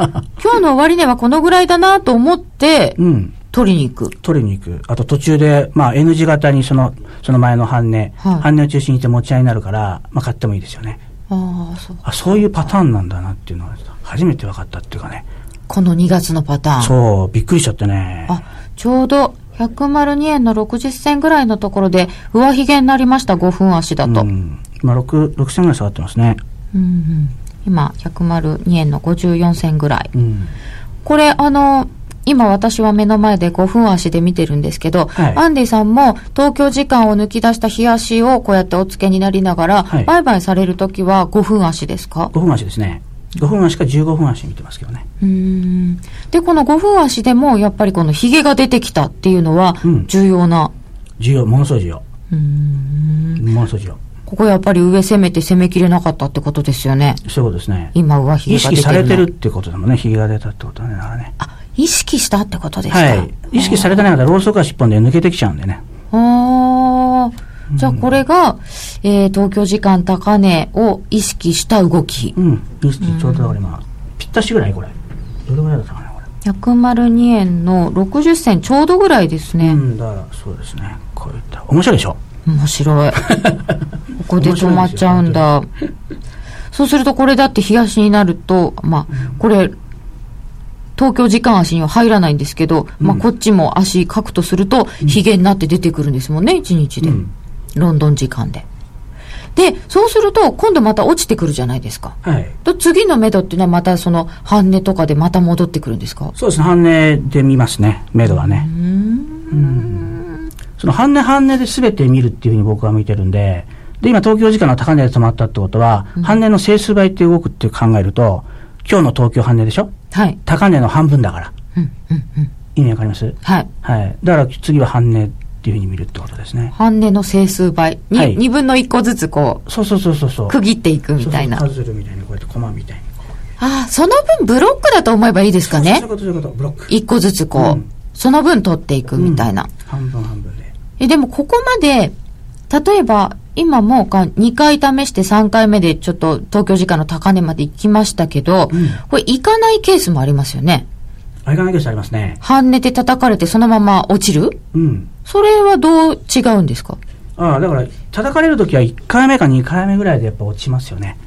Speaker 2: ら。
Speaker 1: 今日の終値はこのぐらいだなと思って
Speaker 2: う、ん。
Speaker 1: 取りに行く。
Speaker 2: 取りに行く。あと途中で、まあ N 字型にその、その前の半値、
Speaker 1: はい
Speaker 2: 半値を中心にして持ち合いになるから、まあ買ってもいいですよね。
Speaker 1: ああ、そう。
Speaker 2: あ、そういうパターンなんだなっていうのは、初めて分かったっていうかね。
Speaker 1: この2月のパターン。
Speaker 2: そう、びっくりしちゃってね。
Speaker 1: あ、ちょうど102円の60銭ぐらいのところで上髭になりました、5分足だと。
Speaker 2: う
Speaker 1: うん
Speaker 2: ん。まあ6、6千ぐらい下がってますね。
Speaker 1: うん今、102円の54銭ぐらい。
Speaker 2: うん。
Speaker 1: これ、あの、今私は目の前で5分足で見てるんですけど、
Speaker 2: はい
Speaker 1: アンディさんも東京時間を抜き出した日足をこうやってお付けになりながら、
Speaker 2: はい
Speaker 1: 売買されるときは5分足ですか
Speaker 2: 5分足ですね。5分足か15分足見てますけどね。
Speaker 1: うん。で、この5分足でもやっぱりこのヒゲが出てきたっていうのは
Speaker 2: うん
Speaker 1: 重要な。
Speaker 2: 需要、ものすごい需要。
Speaker 1: うん
Speaker 2: ものすごい需要。
Speaker 1: ここやっぱり上攻めて攻めきれなかったってことですよね。
Speaker 2: そういうことですね。
Speaker 1: 今上髭
Speaker 2: 意
Speaker 1: が出てるの。
Speaker 2: 識されてるってことだもんね、ひげが出たってことだね、だからね。
Speaker 1: あ、意識したってことですか。
Speaker 2: はい。意識されてない方、ろうそくが尻尾で抜けてきちゃうんでね。
Speaker 1: あーじゃあこれが、えー、東京時間高値を意識した動き。
Speaker 2: うん。意識ちょうどだから今、ぴったしぐらいこれ。どれぐらいだったかな、こ
Speaker 1: 102円の60銭ちょうどぐらいです
Speaker 2: れ。う
Speaker 1: ね。
Speaker 2: ん、だから、そうですね。こういった。面白いでしょ
Speaker 1: 面 白い。ここで止まっちゃうんだ。そうするとこれだって東になると、まあ、これ、東京時間足には入らないんですけど、まあ、こっちも足書くとすると、ヒゲになって出てくるんですもんね、1日で。
Speaker 2: うん
Speaker 1: ロンドン時間で。で、そうすると、今度また落ちてくるじゃないですか。
Speaker 2: はい。
Speaker 1: と次の目処っていうのはまたその半値とかでまた戻ってくるんですか
Speaker 2: そうですね、半値で見ますね、目処はね。うんその半値半値で全て見るっていうふうに僕は見てるんで、で、今東京時間の高値で止まったってことは、半値の整数倍って動くって考えると、今日の東京半値でしょ
Speaker 1: はい。
Speaker 2: 高値の半分だから。
Speaker 1: うん、うん、うん。
Speaker 2: 意味わかります
Speaker 1: はい。
Speaker 2: はい。だから次は半値っていうふうに見るってことですね。
Speaker 1: 半値の整数倍。に、
Speaker 2: はい
Speaker 1: 2分の1個ずつこう、
Speaker 2: そうそうそうそうそう。
Speaker 1: 区切っていくみたいな。
Speaker 2: そうそうパズルみたいにこうやってコマみたいに。
Speaker 1: ああ、その分ブロックだと思えばいいですか
Speaker 2: そういう
Speaker 1: ね。
Speaker 2: ことそういうこと、ブロック。
Speaker 1: 一個ずつこう、
Speaker 2: うん
Speaker 1: その分取っていくみたいな。
Speaker 2: 半分半分で。
Speaker 1: えでもここまで、例えば今もうか2回試して3回目でちょっと東京時間の高値まで行きましたけど、
Speaker 2: うん
Speaker 1: これ行かないケースもありますよね。
Speaker 2: あれがなきゃありますね。
Speaker 1: 半値で叩かれてそのまま落ちる
Speaker 2: うん。
Speaker 1: それはどう違うんですか
Speaker 2: ああ、だから、叩かれるときは1回目か2回目ぐらいでやっぱ落ちますよね。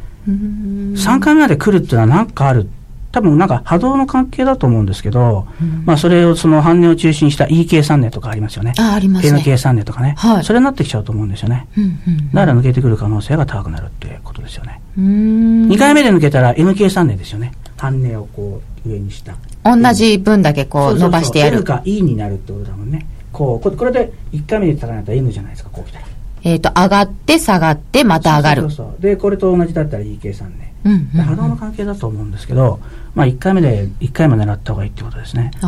Speaker 2: 3回目まで来るっていうのはなんかある。多分なんか波動の関係だと思うんですけど、まあそれをその反値を中心にした E 計算値とかありますよね。
Speaker 1: あ、あります
Speaker 2: K の
Speaker 1: ね。
Speaker 2: 計算値とかね。
Speaker 1: はい
Speaker 2: それになってきちゃうと思うんですよね。
Speaker 1: うんうん
Speaker 2: だから抜けてくる可能性が高くなるっていうことですよね。
Speaker 1: うーん
Speaker 2: 2回目で抜けたら N 計算値ですよね。半値をこう上にした。
Speaker 1: 同じ分だけこ
Speaker 2: そううそうそう
Speaker 1: 伸ばしてや
Speaker 2: N
Speaker 1: る。
Speaker 2: か E になるってことだもんね。こう、ここれで1回目で叩かないと N じゃないですか、こう来たら。
Speaker 1: えっ、と、上がって下がってまた上がる。
Speaker 2: そう
Speaker 1: う
Speaker 2: そうそうで、これと同じだったら E 計算ね。
Speaker 1: んうん、
Speaker 2: 波動の関係だと思うんですけど、まあ1回目で1回目狙った方がいいってことですね。
Speaker 1: あ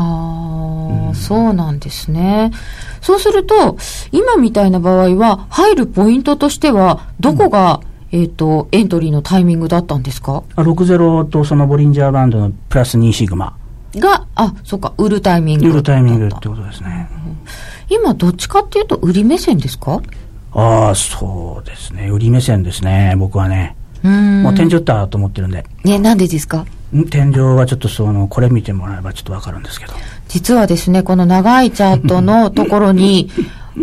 Speaker 1: あ、
Speaker 2: うん
Speaker 1: そうなんですね。そうすると、今みたいな場合は、入るポイントとしては、どこが、えっ、と、エントリーのタイミングだったんですか
Speaker 2: あ60とそのボリンジャーバンドのプラス2シグマ。
Speaker 1: が、あ、そうか、売るタイミング。
Speaker 2: 売るタイミングってことですね。
Speaker 1: 今、どっちかっていうと、売り目線ですか
Speaker 2: ああ、そうですね。売り目線ですね、僕はね。
Speaker 1: うーん。
Speaker 2: もう天井だと思ってるんで。
Speaker 1: ね、なんでですか
Speaker 2: ん天井はちょっとその、これ見てもらえばちょっとわかるんですけど。
Speaker 1: 実はですね、この長いチャートのところ に、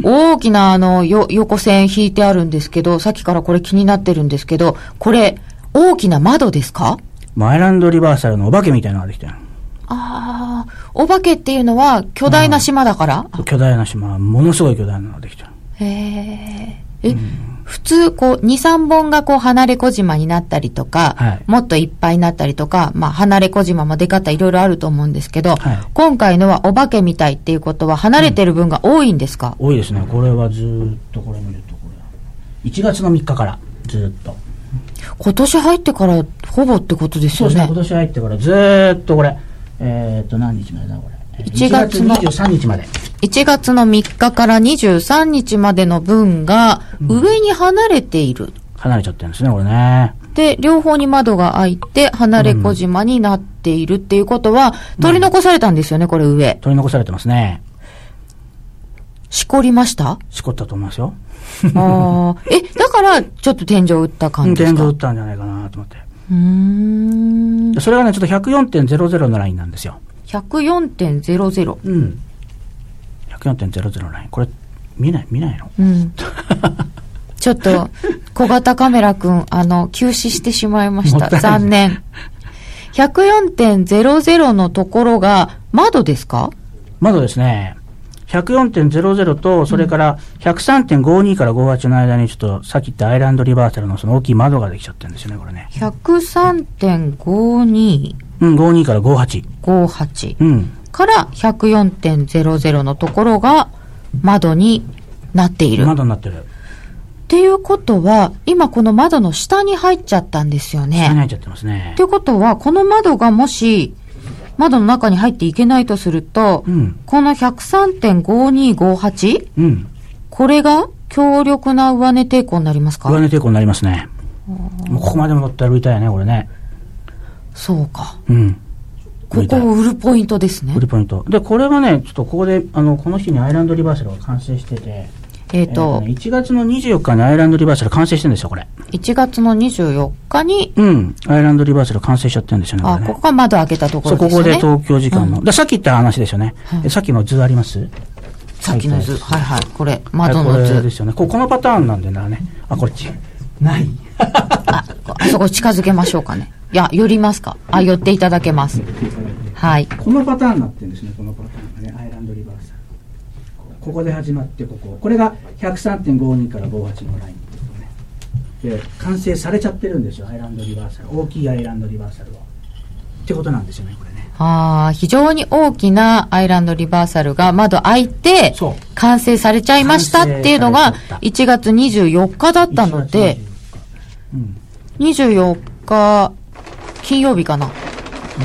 Speaker 1: 大きなあの、よ、横線引いてあるんですけど、さっきからこれ気になってるんですけど、これ、大きな窓ですか
Speaker 2: マイランドリバーサルのお化けみたいなのができてる。
Speaker 1: ああ、お化けっていうのは巨大な島だから、
Speaker 2: 巨大な島、ものすごい巨大なのができてる。
Speaker 1: へえ。え、普通、こう、2、3本がこう、離れ小島になったりとか、
Speaker 2: はい
Speaker 1: もっといっぱいになったりとか、まあ、離れ小島も出方いろいろあると思うんですけど、
Speaker 2: はい
Speaker 1: 今回のはお化けみたいっていうことは、離れてる分が多いんですか、
Speaker 2: 多いですね。これはずーっとこれ見ると、これは。1月の3日から、ずーっと。
Speaker 1: 今年入ってからほぼってことです
Speaker 2: そう
Speaker 1: よ
Speaker 2: ですね。
Speaker 1: ね
Speaker 2: 今。年入ってからずーっとこれ、えーっと、何日までだ、これ。
Speaker 1: 1月の
Speaker 2: 1月23日まで。
Speaker 1: 1月の3日から23日までの分が、上に離れている。
Speaker 2: 離れちゃってるんですね、これね。
Speaker 1: で、両方に窓が開いて、離れ小島になっているっていうことは、取り残されたんですよね、これ上。
Speaker 2: 取り残されてますね。
Speaker 1: しこりましたあ
Speaker 2: しこったと思いますよ。
Speaker 1: あ。え、だから、ちょっと天井打った感じで
Speaker 2: 天
Speaker 1: す
Speaker 2: 井
Speaker 1: か
Speaker 2: 打
Speaker 1: う
Speaker 2: ったんじゃないかなと思って。
Speaker 1: ーん。
Speaker 2: それがね、ちょっと104.00のラインなんですよ。
Speaker 1: 104.00。
Speaker 2: うん。104.00のライン。これ、見ない、見ないの
Speaker 1: うん。ちょっと、小型カメラくん、あの、休止してしまいまし
Speaker 2: も
Speaker 1: た。
Speaker 2: ったいない
Speaker 1: 残念。104.00のところが、窓ですか
Speaker 2: 窓ですね。104.00と、それから103.52から58の間に、ちょっと、さっき言ったアイランドリバーサルのその大きい窓ができちゃってるんですよね、これね。
Speaker 1: ?103.5258。
Speaker 2: うん、52から58。うん。
Speaker 1: から104.00のところが窓になっている。っ
Speaker 2: 窓になってる。
Speaker 1: ていうことは、今この窓の下に入っちゃったんですよ
Speaker 2: 下に
Speaker 1: ね。
Speaker 2: 入っちゃってますね
Speaker 1: って。いうことは、この窓がもし、窓の中に入っていけないとすると、
Speaker 2: うん。
Speaker 1: この103.5258?
Speaker 2: うん。
Speaker 1: これが強力な上値抵抗になります
Speaker 2: 上
Speaker 1: か
Speaker 2: 値抵抗になりますね。もうここまで戻って歩いたいね、これね。
Speaker 1: そうか。
Speaker 2: うん。
Speaker 1: ここを売るポイントですね
Speaker 2: 売。りポイント。で、これはね、ちょっとここで、あの、この日にアイランドリバーサルが完成してて、
Speaker 1: え
Speaker 2: え
Speaker 1: っ、と
Speaker 2: ね、1月の24日にアイランドリバーサル完成してるんですよ、これ。
Speaker 1: 1月の24日に、
Speaker 2: うん。アイランドリバーサル完成しちゃってるんですよね、こ
Speaker 1: あ
Speaker 2: れ、ね。
Speaker 1: ここが窓開けたとこ
Speaker 2: そ
Speaker 1: ろ
Speaker 2: う、
Speaker 1: です
Speaker 2: ここ
Speaker 1: よ
Speaker 2: で
Speaker 1: ね。
Speaker 2: 東京時間の。でさっき言った話ですよね。
Speaker 1: はい
Speaker 2: えさっきの図あります
Speaker 1: さっきの図。はいはい。これ、
Speaker 2: はい
Speaker 1: 窓
Speaker 2: こ
Speaker 1: の
Speaker 2: れで
Speaker 1: 図。
Speaker 2: すよね。ここのパターンなんでならね。あ、こっち。ない。
Speaker 1: あ、あそこ近づけましょうかね。いや、寄りますか。あ、寄っていただけます。はい。
Speaker 2: このパターンになってるんですね、このパターンがね。アイランドリバーサル。ここで始まって、ここ。これが103.52から58のラインってことね。で、完成されちゃってるんですよ、アイランドリバーサル。大きいアイランドリバーサルを。ってことなんですよね、これね。
Speaker 1: あー非常に大きなアイランドリバーサルが窓開いて
Speaker 2: そう、
Speaker 1: 完成されちゃいましたっていうのが
Speaker 2: 完成され、
Speaker 1: 1月24日だったので、
Speaker 2: うん。
Speaker 1: 24日、金曜日かな。っ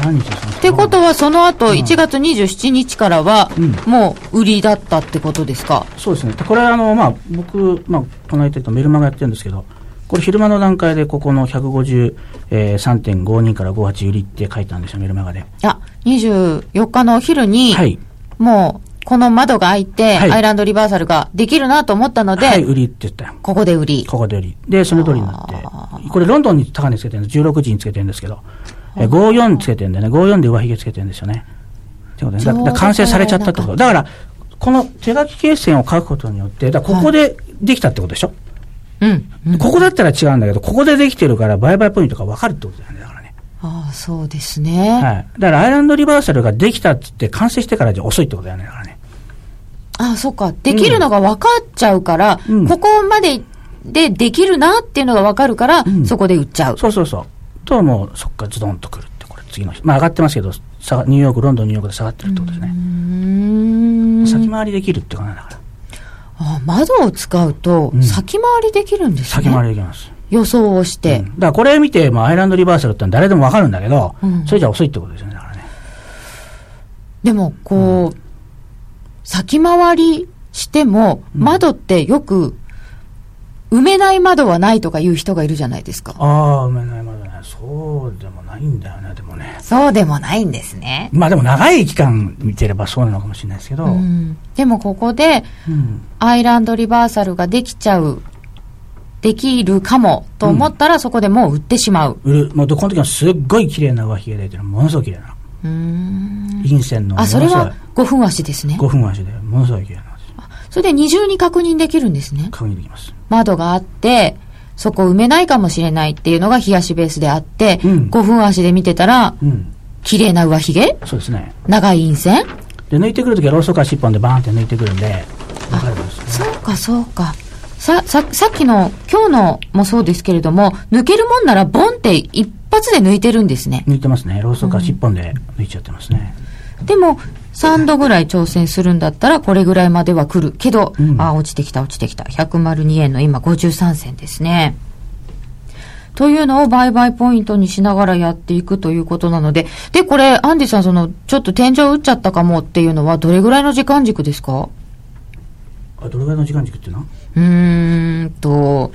Speaker 2: 何日ですか
Speaker 1: てことは、その後、
Speaker 2: うん
Speaker 1: 1月27日からは
Speaker 2: うん、
Speaker 1: もう売りだったってことですか。
Speaker 2: そうですね。でこれはあの、まあ、僕、まあ、この間言ったメルマガやってるんですけど、これ昼間の段階でここの153.52から58売りって書いたんですよ、メルマガで。
Speaker 1: いや、24日のお昼に、
Speaker 2: はい。
Speaker 1: もうこの窓が開いて、
Speaker 2: はい
Speaker 1: アイランドリバーサルができるなと思ったので、
Speaker 2: はい、売りって言ったよ。
Speaker 1: ここで売り。
Speaker 2: ここで売り。で、その通りになって。これ、ロンドンに高値つけてるんです。16時につけてるんですけど。え54つけてるんでね、54で上髭つけてるんですよね。ってことで、だだから完成されちゃったってこと。だから、この手書き形線を書くことによって、だからここでできたってことでしょ、
Speaker 1: うん。うん
Speaker 2: ここだったら違うんだけど、ここでできてるから、売買ポイントが分かるってことだよね、だからね。
Speaker 1: ああ、そうですね。
Speaker 2: はい。だから、アイランドリバーサルができたって言って、完成してからじゃ遅いってことだよね、だからね。
Speaker 1: ああ、そっか。できるのが分かっちゃうから、
Speaker 2: うん
Speaker 1: ここまででできるなっていうのが分かるから、
Speaker 2: ん
Speaker 1: そこで売っちゃう。
Speaker 2: そうそうそう。と、もう、そっからズドンとくるって、これ、次の日。まあ、上がってますけど、下がニューヨーク、ロンドン、ニューヨークで下がってるってことですね。
Speaker 1: うーん。
Speaker 2: 先回りできるってことなんだから。
Speaker 1: ああ窓を使うと
Speaker 2: う、ん
Speaker 1: 先回りできるんですね。
Speaker 2: 先回りできます。
Speaker 1: 予想をし
Speaker 2: うん
Speaker 1: て。
Speaker 2: だからこれ見て、まあ、アイランドリバーサルってのは誰でもわかるんだけど、
Speaker 1: うん
Speaker 2: それじゃ遅いってことですよね、だからね。
Speaker 1: でも、こう、先回りしても、窓ってよく、埋めない窓はないとか言う人がいるじゃないですか。
Speaker 2: ああ、埋めないまだね。そうでもないんだよね、でもね。
Speaker 1: そうでもないんですね。
Speaker 2: まあでも長い期間見てればそうなのかもしれないですけど、
Speaker 1: う
Speaker 2: うん
Speaker 1: ん、でもここで、アイランドリバーサルができちゃう、できるかもと思ったら、そこでもう売ってしまう。
Speaker 2: 売る、もうこの時はすっごい綺麗な上髭が出てる。ものすごい綺麗な。
Speaker 1: うーん。
Speaker 2: 陰線の。
Speaker 1: あ、それは5分足ですね。
Speaker 2: 5分足で、ものすごい綺麗なんです。
Speaker 1: それで二重に確認できるんですね。
Speaker 2: 確認できます。
Speaker 1: 窓があって、そこ埋めないかもしれないっていうのが冷やしベースであって、
Speaker 2: うん
Speaker 1: 5分足で見てたら、
Speaker 2: うん。
Speaker 1: 綺麗な上髭
Speaker 2: そうですね。
Speaker 1: 長い陰線
Speaker 2: で、抜いてくる時はローソク足1本でバーンって抜いてくるんで、わかるんですよね。
Speaker 1: そうか、そうか。さ、さ、さっきの、今日のもそうですけれども、抜けるもんならボンって一発で抜いてるんですね。
Speaker 2: 抜いてますね。ローソク足1本で抜いちゃってますね。
Speaker 1: でも、3度ぐらい挑戦するんだったら、これぐらいまでは来るけど、
Speaker 2: うん
Speaker 1: あ、落ちてきた、落ちてきた。102円の今、53銭ですね。というのを売買ポイントにしながらやっていくということなので、で、これ、アンディさん、その、ちょっと天井打っちゃったかもっていうのは、どれぐらいの時間軸ですか
Speaker 2: あ、どれぐらいの時間軸っていうの
Speaker 1: うーんと、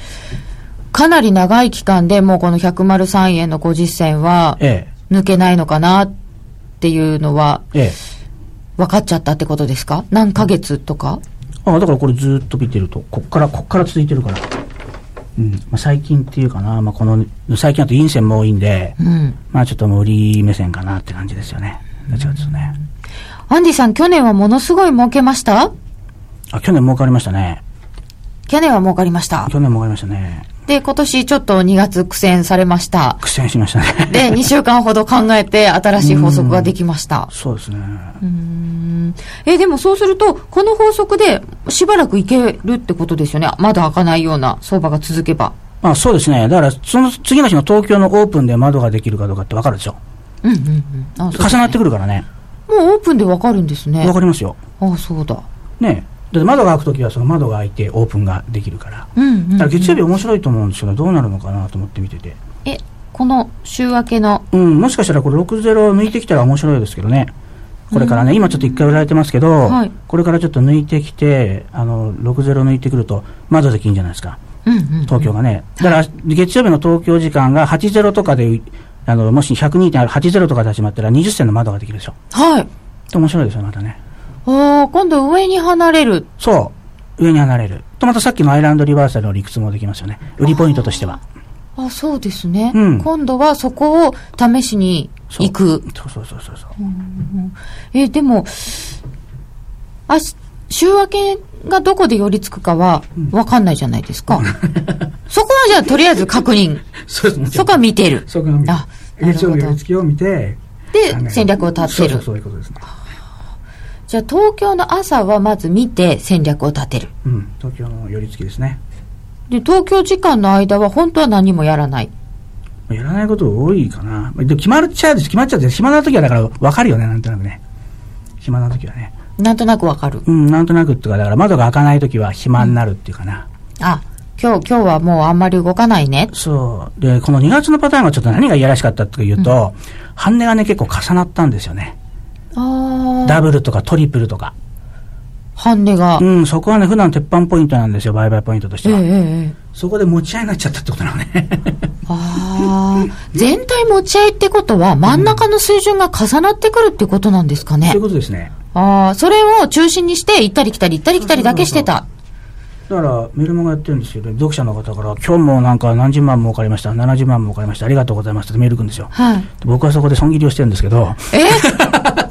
Speaker 1: かなり長い期間でもうこの103円の50銭は
Speaker 2: ええ。
Speaker 1: 抜けないのかなっていうのは
Speaker 2: ええ。
Speaker 1: 分かっちゃったってことですか何ヶ月とか
Speaker 2: あだからこれずーっと見てると、こっから、こっから続いてるから。うん。まあ、最近っていうかな、まあ、この、最近だと陰線も多いんで、
Speaker 1: うん。
Speaker 2: まあちょっともう売り目線かなって感じですよね。どっちかですね。
Speaker 1: アンディさん、去年はものすごい儲けました
Speaker 2: あ、去年儲かりましたね。
Speaker 1: 去年は儲かりました。
Speaker 2: 去年儲かりましたね。
Speaker 1: で、今年ちょっと2月苦戦されました。
Speaker 2: 苦戦しましたね。
Speaker 1: で、2週間ほど考えて新しい法則ができました。
Speaker 2: そうですね。
Speaker 1: え、でもそうすると、この法則でしばらくいけるってことですよね。窓開かないような相場が続けば。
Speaker 2: まあそうですね。だから、その次の日の東京のオープンで窓ができるかどうかってわかるでしょ。
Speaker 1: うんうんうん。あそう
Speaker 2: 重なってくるからね。
Speaker 1: もうオープンでわかるんですね
Speaker 2: わ。かりますよ。
Speaker 1: あそうだ。
Speaker 2: ねえだって窓が開くときはその窓が開いてオープンができるから。
Speaker 1: うんう
Speaker 2: だ
Speaker 1: ん
Speaker 2: から月曜日面白いと思うんですけど、どうなるのかなと思って見てて。
Speaker 1: え、この週明けの、
Speaker 2: うん、もしかしたらこれ60抜いてきたら面白いですけどね。これからね、今ちょっと一回売られてますけど、
Speaker 1: はい
Speaker 2: これからちょっと抜いてきて、あの、60抜いてくると、窓できいいんじゃないですか。
Speaker 1: うんうん。
Speaker 2: 東京がね。だから、月曜日の東京時間が80とかで、あの、もし102.80とかで始まったら20銭の窓ができるでしょ。
Speaker 1: はい。
Speaker 2: で面白いですよ、またね。
Speaker 1: ああ、今度上に離れる。
Speaker 2: そう。上に離れる。と、またさっきのアイランドリバーサルの理屈もできますよね。売りポイントとしては。
Speaker 1: あそうですね、
Speaker 2: うん
Speaker 1: 今度はそこを試しに
Speaker 2: そう
Speaker 1: 行く。
Speaker 2: そうそうそうそうそう。
Speaker 1: え、でも、あし週明けがどこで寄りつくかはわかんないじゃないです か。そこはじゃあとりあえず確認。
Speaker 2: そうですね
Speaker 1: そこは見てる。
Speaker 2: そこが見る
Speaker 1: あなるほど
Speaker 2: 月曜日の付きを見て、
Speaker 1: で、戦略を立てる。
Speaker 2: そうそうそういうことですね。
Speaker 1: じゃあ東京の朝はまず見て戦略を立てる。
Speaker 2: うん、東京の寄り付きですね。
Speaker 1: で、東京時間の間は本当は何もやらない。
Speaker 2: まあやらないこと多いかな。まあで決まっちゃうです、決まっちゃうです。暇な時はだから分かるよね、なんとなくね。暇な時はね。
Speaker 1: なんとなくわかる。
Speaker 2: うん、なんとなくっていうか、だから窓が開かない時は暇になるっていうかな。
Speaker 1: あ、今日、今日はもうあんまり動かないね。
Speaker 2: そう。で、この2月のパターンがちょっと何がいやらしかったっていうと、半値がね、結構重なったんですよね。
Speaker 1: あ
Speaker 2: ダブルとかトリプルとか。
Speaker 1: 半値が。
Speaker 2: うん、そこはね、普段鉄板ポイントなんですよ、売買ポイントとし
Speaker 1: え
Speaker 2: て
Speaker 1: え
Speaker 2: は。
Speaker 1: ええええ。
Speaker 2: そこで持ち合いになっちゃったってことなのね。
Speaker 1: ああ。全体持ち合いってことは真ん中の水準が重なってくるってことなんですか
Speaker 2: そう
Speaker 1: ね
Speaker 2: いう。ことですね。
Speaker 1: あああ、それを中心にして、行ったり来たり、行ったり来たりだけしてた。
Speaker 2: だからメルマガやってるんですけど、読者の方から、今日もなんか何十万儲かりました、70万儲かりました、ありがとうございましたってメール来るんですよ。
Speaker 1: はい。
Speaker 2: 僕はそこで損切りをしてるんですけど、
Speaker 1: え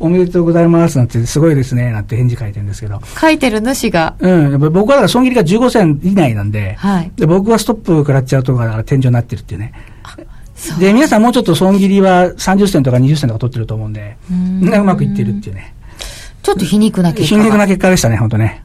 Speaker 2: おめでとうございますなんて、すごいですねなんて返事書いてるんですけど、
Speaker 1: 書いてる主が。
Speaker 2: うん、やっぱ僕はだから損切りが15銭以内なんで、
Speaker 1: はい。
Speaker 2: で僕はストップ食らっちゃうとこが天井になってるっていうね。
Speaker 1: そう
Speaker 2: で、皆さんもうちょっと損切りは30銭とか20銭とか取ってると思うんで、
Speaker 1: うーん
Speaker 2: ねうまくいってるっていうね。
Speaker 1: ちょっと皮肉な結
Speaker 2: 皮
Speaker 1: 果
Speaker 2: 肉な
Speaker 1: が。
Speaker 2: 結果でしたね、本当ね。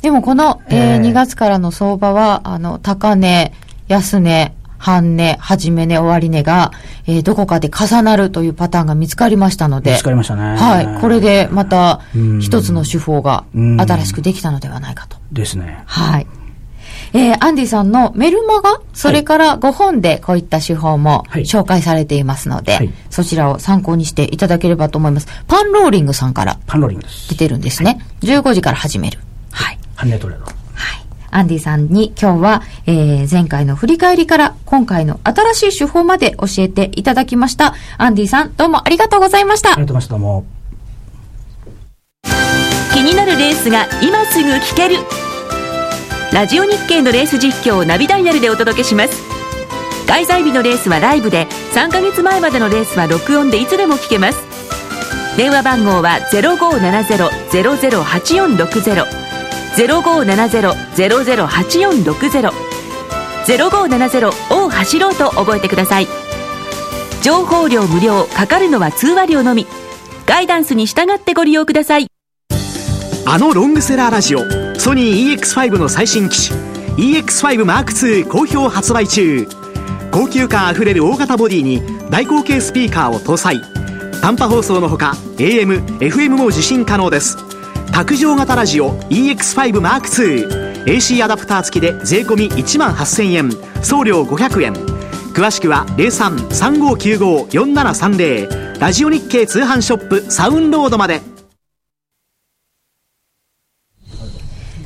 Speaker 1: でもこの、え
Speaker 2: えー
Speaker 1: ー、2月からの相場は、あの、高値、安値、半値、始め値、終わり値が、えー、どこかで重なるというパターンが見つかりましたので。
Speaker 2: 見つかりましたね
Speaker 1: はい。これでまた
Speaker 2: うん、
Speaker 1: 一つの手法が
Speaker 2: うん
Speaker 1: 新しくできたのではないかと。
Speaker 2: ですね。
Speaker 1: はい。えー、アンディさんのメルマガ、それからご本でこういった手法も
Speaker 2: はい
Speaker 1: 紹介されていますので、
Speaker 2: はい
Speaker 1: そちらを参考にしていただければと思います。パンローリングさんから
Speaker 2: パンローリングです
Speaker 1: 出。てるんですね。15時から始める。はい。
Speaker 2: ハンネトレード。
Speaker 1: はい。アンディさんに今日は、えー、前回の振り返りから今回の新しい手法まで教えていただきました。アンディさん、どうもありがとうございまし
Speaker 2: あ
Speaker 1: た
Speaker 2: り。がとうございました、どうも。
Speaker 3: 気になるレースが今すぐ聞けるラジオ日経のレース実況をナビダイヤルでお届けします開催日のレースはライブで3ヶ月前までのレースは録音でいつでも聞けます電話番号は0570-008460 0570-008460 0570を走ろうと覚えてください情報量無料かかるのは通話料のみガイダンスに従ってご利用ください
Speaker 4: あのロングセラーラジオソニー EX5 の最新機種 EX5M2 好評発売中高級感あふれる大型ボディに大口径スピーカーを搭載短波放送のほか AMFM も受信可能です卓上型ラジオ EX5M2AC アダプター付きで税込1万8000円送料500円詳しくは0335954730ラジオ日経通販ショップサウンロードまで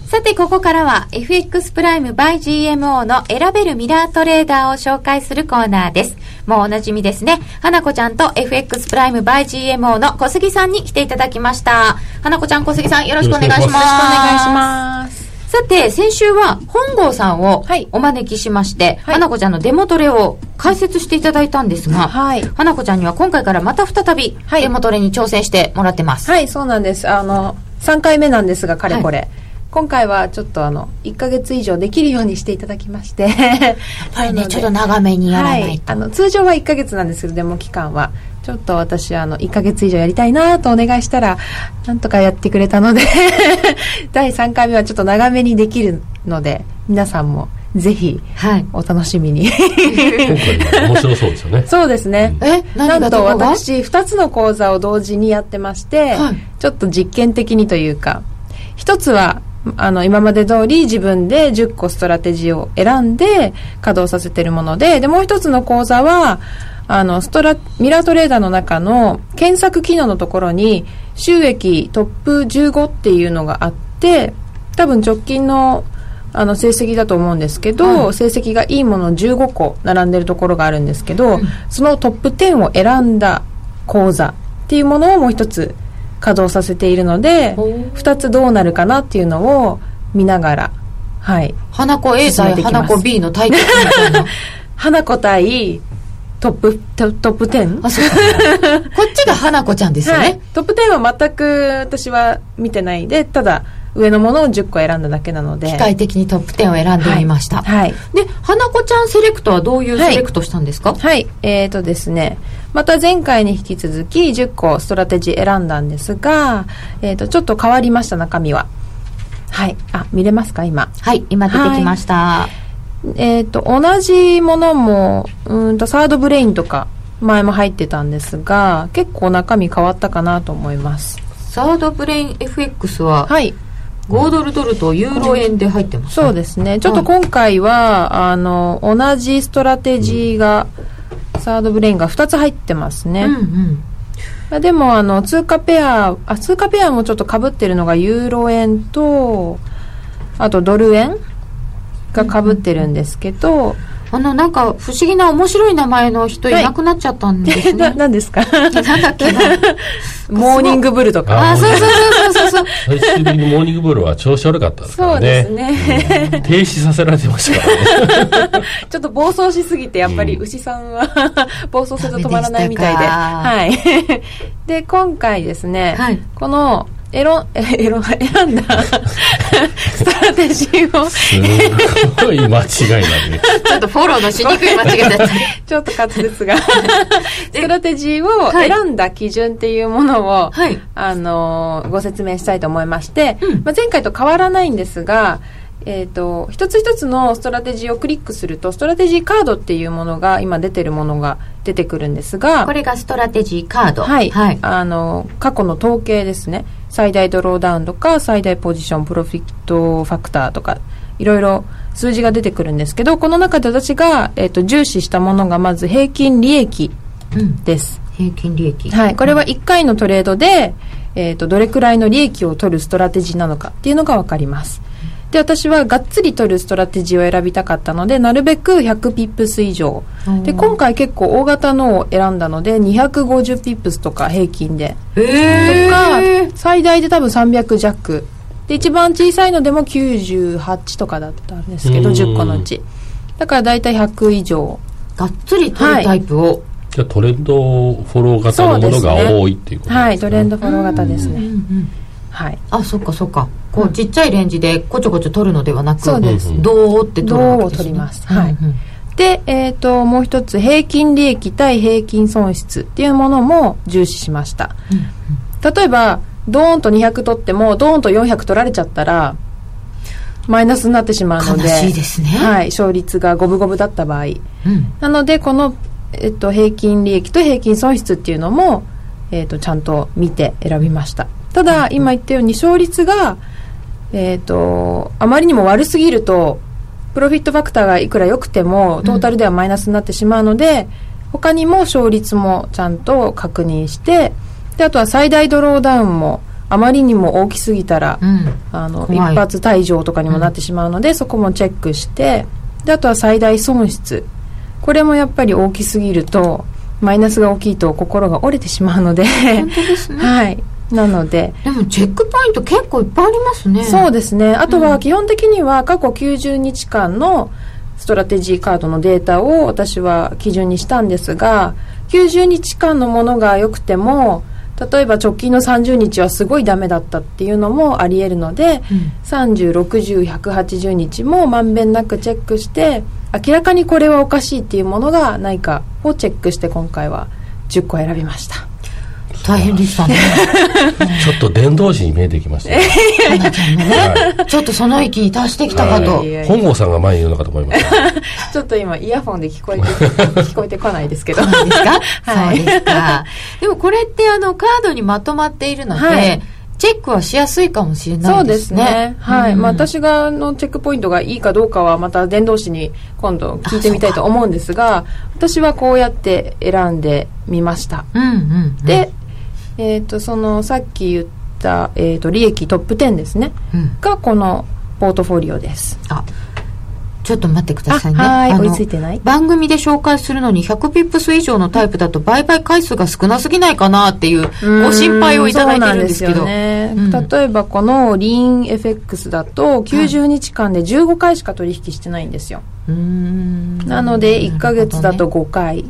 Speaker 5: さて、ここからは FX プライム by GMO の選べるミラートレーダーを紹介するコーナーです。もうおなじみですね。花子ちゃんと FX プライム by GMO の小杉さんに来ていただきました。花子ちゃん、小杉さん、よろしくお願いします。よろしくお願いします。さて、先週は本郷さんを
Speaker 6: はい
Speaker 5: お招きしまして、
Speaker 6: はい
Speaker 5: 花子ちゃんのデモトレを解説していただいたんですが、
Speaker 6: はい
Speaker 5: 花子ちゃんには今回からまた再び
Speaker 6: はい
Speaker 5: デモトレに挑戦してもらってます。
Speaker 6: はい、そうなんです。あの、3回目なんですが、かれこれ。今回はちょっとあの、1ヶ月以上できるようにしていただきまして。やっ
Speaker 5: ぱりねちょっと長めにやらないと
Speaker 6: あの、通常は1ヶ月なんですけど、デモ期間は。ちょっと私、あの、1ヶ月以上やりたいなとお願いしたら、なんとかやってくれたので、 第3回目はちょっと長めにできるので、皆さんもぜひ、
Speaker 5: はい
Speaker 6: お楽しみに。
Speaker 7: 今回面白そうですよね
Speaker 6: そうですね。
Speaker 5: え
Speaker 6: な
Speaker 5: 何
Speaker 6: ん
Speaker 5: が
Speaker 6: と
Speaker 5: どこが
Speaker 6: 私2つの講座を同時にやってまして、
Speaker 5: はい
Speaker 6: ちょっと実験的にというか一つはあの今まで通り自分で10個ストラテジーを選んで稼働させてるものででもう一つの講座はあのストラミラートレーダーの中の検索機能のところに収益トップ15っていうのがあって多分直近のあの成績だと思うんですけど、成績がいいもの15個並んでるところがあるんですけど、そのトップ10を選んだ講座っていうものをもう一つ稼働させているので2つどうなるかなっていうのを見ながらはい
Speaker 1: 花子 A
Speaker 6: 進め
Speaker 1: 対
Speaker 6: ていきます
Speaker 1: 花子 B の対決みたいな。
Speaker 6: 花子対トップトトップ 10?
Speaker 1: あ、そう。こっちが花子ちゃんですよね。
Speaker 6: はい、トップ10は全く私は見てないでただ上のものを10個選んだだけなので
Speaker 1: 機械的にトップ10を選んでみました。
Speaker 6: はい、
Speaker 1: で、花子ちゃんセレクトはどういうセレクトしたんですか、
Speaker 6: はい、えーとですね、また前回に引き続き10個ストラテジー選んだんですが、えーと、ちょっと変わりました中身は。はい、あ、見れますか今。
Speaker 1: はい、今出てきました。
Speaker 6: えっ、と、同じものも、うーんと、サードブレインとか、前も入ってたんですが、結構中身変わったかなと思います。
Speaker 1: サードブレイン FX は
Speaker 6: はい、
Speaker 1: 5ドルドルとユーロ円で入ってます、
Speaker 6: そうですね。ちょっと今回は、あの、同じストラテジーが、サードブレインが2つ入ってますね。
Speaker 1: うんうん。
Speaker 6: まあでもあの通貨ペアあ通貨ペアもちょっとかぶってるのがユーロ円とあとドル円がかぶってるんですけど、
Speaker 1: あの、なんか、不思議な面白い名前の人いなくなっちゃったんですね。
Speaker 6: な何ですか
Speaker 1: なんだっけな。
Speaker 6: モーニングブルとか。
Speaker 1: あ、そうそうそうそうそう。
Speaker 7: 最終的にモーニングブルーは調子悪かったですからね。
Speaker 6: ね。
Speaker 7: 停止させられてましたからね。
Speaker 6: ちょっと暴走しすぎて、やっぱり牛さんは 暴走すると止まらないみたいで。
Speaker 1: ダ
Speaker 6: はい。 で、今回ですね、
Speaker 1: はい
Speaker 6: この、エロン、 えエロン、選んだ ストラテジ ーを
Speaker 7: すごい間違いなんで。
Speaker 1: ちょっとフォローのしにくい間違いだった。
Speaker 6: ちょっと滑舌 が。ストラテジーを
Speaker 1: はい
Speaker 6: 選んだ基準っていうものを、
Speaker 1: はい
Speaker 6: あのーご説明したいと思いまして、まあ、前回と変わらないんですが、えー、と一つ一つのストラテジーをクリックするとストラテジーカードっていうものが今出てるものが出てくるんですが
Speaker 1: これがストラテジーカード。
Speaker 6: はい、
Speaker 1: はい。
Speaker 6: あの過去の統計ですね最大ドローダウンとか最大ポジションプロフィットファクターとかいろいろ数字が出てくるんですけどこの中で私が、えっと重視したものがまず平均利益
Speaker 1: うん。
Speaker 6: です、
Speaker 1: 平均利益。
Speaker 6: はい、これは1回のトレードで、えっとどれくらいの利益を取るストラテジーなのかっていうのが分かりますで私はがっつり取るストラテジーを選びたかったのでなるべく100ピップス以上で今回結構大型のを選んだので250ピップスとか平均でとか、最大で多分300弱で一番小さいのでも98とかだったんですけど
Speaker 7: うん
Speaker 6: 10個のうちだから大体100以上
Speaker 1: がっつり取るタイプを。
Speaker 7: じゃあトレンドフォロー型のものが多いっていうことですね。
Speaker 6: はいトレンドフォロー型です
Speaker 1: うんう
Speaker 6: ね
Speaker 1: ん。
Speaker 6: はい
Speaker 1: あ、そっかそっか。こう、ちっちゃいレンジでこちょこちょ取るのではなく、
Speaker 6: そうです
Speaker 1: どうって取るわけです、ね。
Speaker 6: 銅を取りますはい
Speaker 1: うんうん
Speaker 6: で、えっともう一つ平均利益対平均損失っていうものも重視しました例えばドーンと200取ってもドーンと400取られちゃったらマイナスになってしまうので
Speaker 1: 悲しいですね。
Speaker 6: はい、勝率が五分五分だった場合
Speaker 1: うん。
Speaker 6: なのでこの、えっと、平均利益と平均損失っていうのも、えっと、ちゃんと見て選びましたただ今言ったように勝率が、えっとあまりにも悪すぎるとプロフィットファクターがいくら良くてもトータルではマイナスになってしまうので、他にも勝率もちゃんと確認してであとは最大ドローダウンもあまりにも大きすぎたら、
Speaker 1: うん。
Speaker 6: あの一
Speaker 1: 怖い
Speaker 6: 発退場とかにもなってしまうので、そこもチェックしてであとは最大損失これもやっぱり大きすぎるとマイナスが大きいと心が折れてしまうのではいなので、
Speaker 1: でもチェックポイント結構いっぱいありますね。
Speaker 6: そうですねあとは基本的には過去90日間のストラテジーカードのデータを私は基準にしたんですが90日間のものが良くても例えば直近の30日はすごいダメだったっていうのもあり得るので、
Speaker 1: うん
Speaker 6: 3060180日もまんべんなくチェックして明らかにこれはおかしいっていうものがないかをチェックして今回は10個選びました
Speaker 1: 大変でしたね。
Speaker 7: ちょっと伝道師に見えてきましたね。
Speaker 1: かなちゃんもね、
Speaker 7: はい
Speaker 1: ちょっとその域に達してきたかと。
Speaker 6: いやいや
Speaker 7: 本郷さんが前にいるのかと思います。
Speaker 6: ちょっと今イヤホンで聞こえて聞こえてこないです けど
Speaker 1: そうですか、
Speaker 6: はい
Speaker 1: そうですか。でもこれってあのカードにまとまっているので、
Speaker 6: はい
Speaker 1: チェックはしやすいかもしれな
Speaker 6: そう
Speaker 1: いで
Speaker 6: ですす
Speaker 1: ね。
Speaker 6: ねはい、まあ、
Speaker 1: うん
Speaker 6: 私がのチェックポイントがいいかどうかはまた伝道師に今度聞いてみたいと思うんですが私はこうやって選んでみました
Speaker 1: うんうんうん、
Speaker 6: で、えっ、と、その、さっき言った、えっ、と、利益トップ10ですね。
Speaker 1: うん
Speaker 6: が、この、ポートフォリオです。
Speaker 1: あ、ちょっと待ってくださいね。
Speaker 6: あはーい
Speaker 1: あの
Speaker 6: 追いついてない
Speaker 1: 番組で紹介するのに100ピップス以上のタイプだと売買回数が少なすぎないかなっていうご心配をいただいてるんですけ
Speaker 6: そ
Speaker 1: ど。
Speaker 6: う
Speaker 1: う
Speaker 6: なん
Speaker 1: ん
Speaker 6: ですよね。例えば、この、リーン FX だと、90日間で15回しか取引してないんですよ。
Speaker 1: うーん
Speaker 6: なので、1ヶ月だと5回。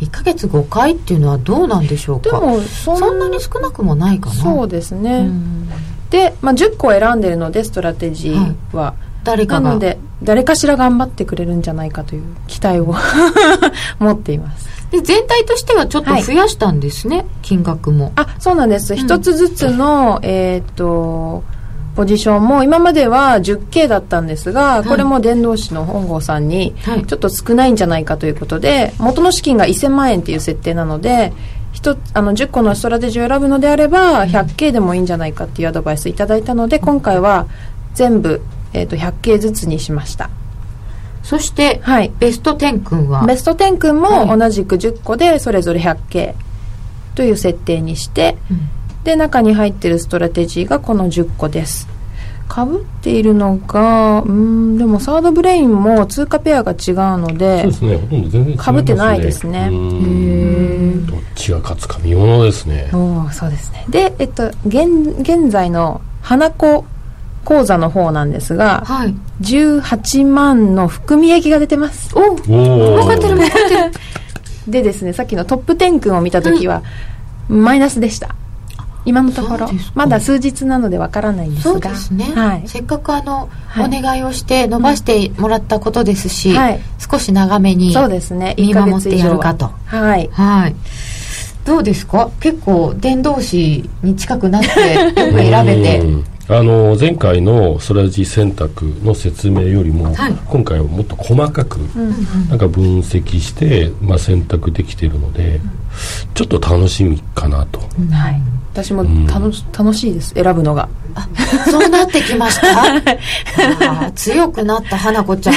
Speaker 1: 1ヶ月5回っていうのはどうなんでしょう
Speaker 6: で
Speaker 1: か
Speaker 6: も、そん
Speaker 1: そんなに少なくもないかな
Speaker 6: そうですね。
Speaker 1: うん
Speaker 6: で、まあ、10個選んでるので、ストラテジーは。
Speaker 1: 誰
Speaker 6: な
Speaker 1: か
Speaker 6: の
Speaker 1: が
Speaker 6: で、誰かしら頑張ってくれるんじゃないかという期待を 持っています。
Speaker 1: で全体としてはちょっと増やしたんですね、金額も
Speaker 6: あそうなんです一、つずつの、えー、とポジションも今までは 10K だったんですが、
Speaker 1: い
Speaker 6: これも伝道師の本郷さんに
Speaker 1: はい
Speaker 6: ちょっと少ないんじゃないかということで元の資金が1000万円っていう設定なので一つあの10個のストラテジーを選ぶのであれば 100K でもいいんじゃないかっていうアドバイスいただいたので今回は全部、えー、と 100K ずつにしました。
Speaker 1: そして、
Speaker 6: はい
Speaker 1: ベスト10君は
Speaker 6: ベスト10君も同じく10個でそれぞれ 100K という設定にして、
Speaker 1: うん
Speaker 6: で中に入ってるストラテジーがこの10個ですかぶっているのがうーんでもサードブレインも通貨ペアが違うので
Speaker 7: そうですねほとんど全然違いますね
Speaker 6: 被ってないですね
Speaker 7: うんどっちが勝つか見ものですね
Speaker 6: おーそうですねで、えっと、現現在の花子口座の方なんですが、
Speaker 1: はい。
Speaker 6: 18万の含み益が出てます
Speaker 1: お
Speaker 7: おお
Speaker 1: 分かってる分かってる。
Speaker 6: でですねさっきのトップ10君を見た時は、マイナスでした今のところ
Speaker 1: そうですか
Speaker 6: まだ数日なのでわからないんですが
Speaker 1: そうですね。
Speaker 6: はい、
Speaker 1: せっかくあの、
Speaker 6: はい
Speaker 1: お願いをして伸ばしてもらったことですし、
Speaker 6: はい
Speaker 1: 少し長めに
Speaker 6: そうですね
Speaker 1: 見
Speaker 6: 一ヶ
Speaker 1: 守っ
Speaker 6: 月
Speaker 1: て
Speaker 6: 以上
Speaker 1: や
Speaker 6: は
Speaker 1: るかと。
Speaker 6: はい
Speaker 1: はい。どうですか結構伝道師に近くな ってよく選べて。
Speaker 7: うんあの前回のストラテジー選択の説明よりも、
Speaker 1: はい
Speaker 7: 今回はもっと細かく、なんか分析して、まあ、選択できているので、ちょっと楽しみかなと、
Speaker 6: はい私も
Speaker 7: ん
Speaker 6: 楽し楽しいです選ぶのが
Speaker 1: そうなってき ましたああ。強くなった花子ちゃん。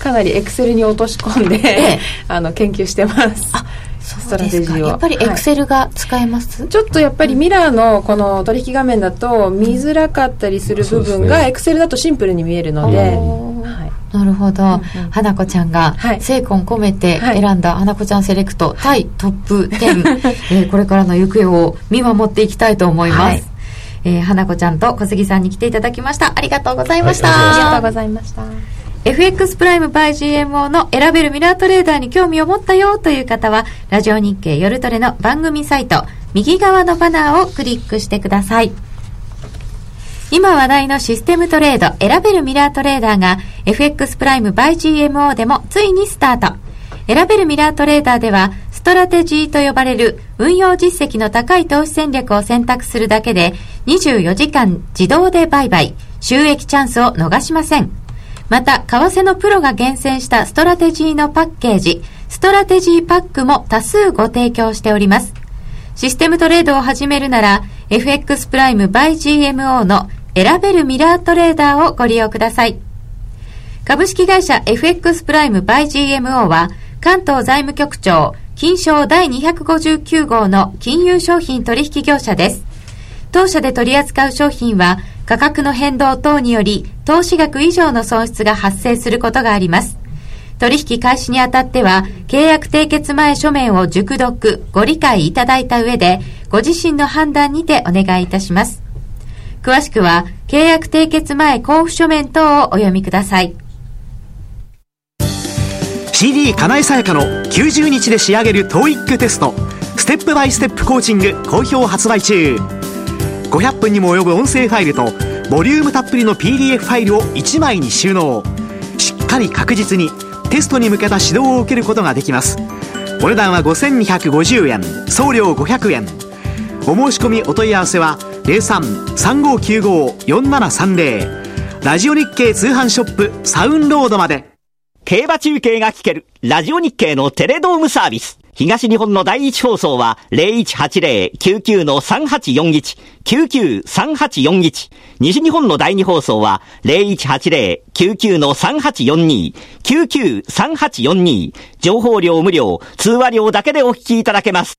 Speaker 6: かなりエクセルに落とし込んで、
Speaker 1: ええ
Speaker 6: あの研究してます
Speaker 1: そう
Speaker 6: トラ
Speaker 1: で
Speaker 6: テ
Speaker 1: す
Speaker 6: ジ
Speaker 1: か。
Speaker 6: ーを
Speaker 1: やっぱりエクセルが使えます、
Speaker 6: ちょっとやっぱりミラーのこの取引画面だと見づらかったりする部分が
Speaker 7: うん
Speaker 6: Excel だとシンプルに見えるので、
Speaker 7: うん
Speaker 6: はい
Speaker 1: なるほど、花子ちゃんが
Speaker 6: はい
Speaker 1: 精魂込めて
Speaker 6: はい
Speaker 1: 選んだ花子ちゃんセレクト、対トップ10、えー これからの行方を見守っていきたいと思います、
Speaker 6: はい
Speaker 1: えー花子ちゃんと小杉さんに来ていただきましたありがとうございました、
Speaker 7: はいありが
Speaker 6: ありがとうございました。
Speaker 1: FX プライム by GMO の選べるミラートレーダーに興味を持ったよという方は、ラジオ日経夜トレの番組サイト、右側のバナーをクリックしてください。今話題のシステムトレード、選べるミラートレーダーが FX プライム by GMO でもついにスタート。選べるミラートレーダーでは、ストラテジーと呼ばれる運用実績の高い投資戦略を選択するだけで、24時間自動で売買、収益チャンスを逃しません。また、為替のプロが厳選したストラテジーのパッケージ、ストラテジーパックも多数ご提供しております。システムトレードを始めるなら、FX プライム by GMO の選べるミラートレーダーをご利用ください。株式会社 FX プライム by GMO は、関東財務局長、金賞第259号の金融商品取引業者です。当社で取り扱う商品は価格の変動等により投資額以上の損失が発生することがあります。取引開始にあたっては契約締結前書面を熟読、ご理解いただいた上でご自身の判断にてお願いいたします。詳しくは契約締結前交付書面等をお読みください。
Speaker 4: CD 金井さやかの90日で仕上げる TOEIC テストステップバイステップコーチング好評発売中500分にも及ぶ音声ファイルとボリュームたっぷりの PDF ファイルを1枚に収納しっかり確実にテストに向けた指導を受けることができますお値段は5250円送料500円お申し込みお問い合わせは03-3595-4730ラジオ日経通販ショップサウンロードまで
Speaker 8: 競馬中継が聞ける、ラジオ日経のテレドームサービス。東日本の第一放送は、0180-99-3841、99-3841。西日本の第二放送は、0180-99-3842、99-3842。情報量無料、通話料だけでお聞きいただけます。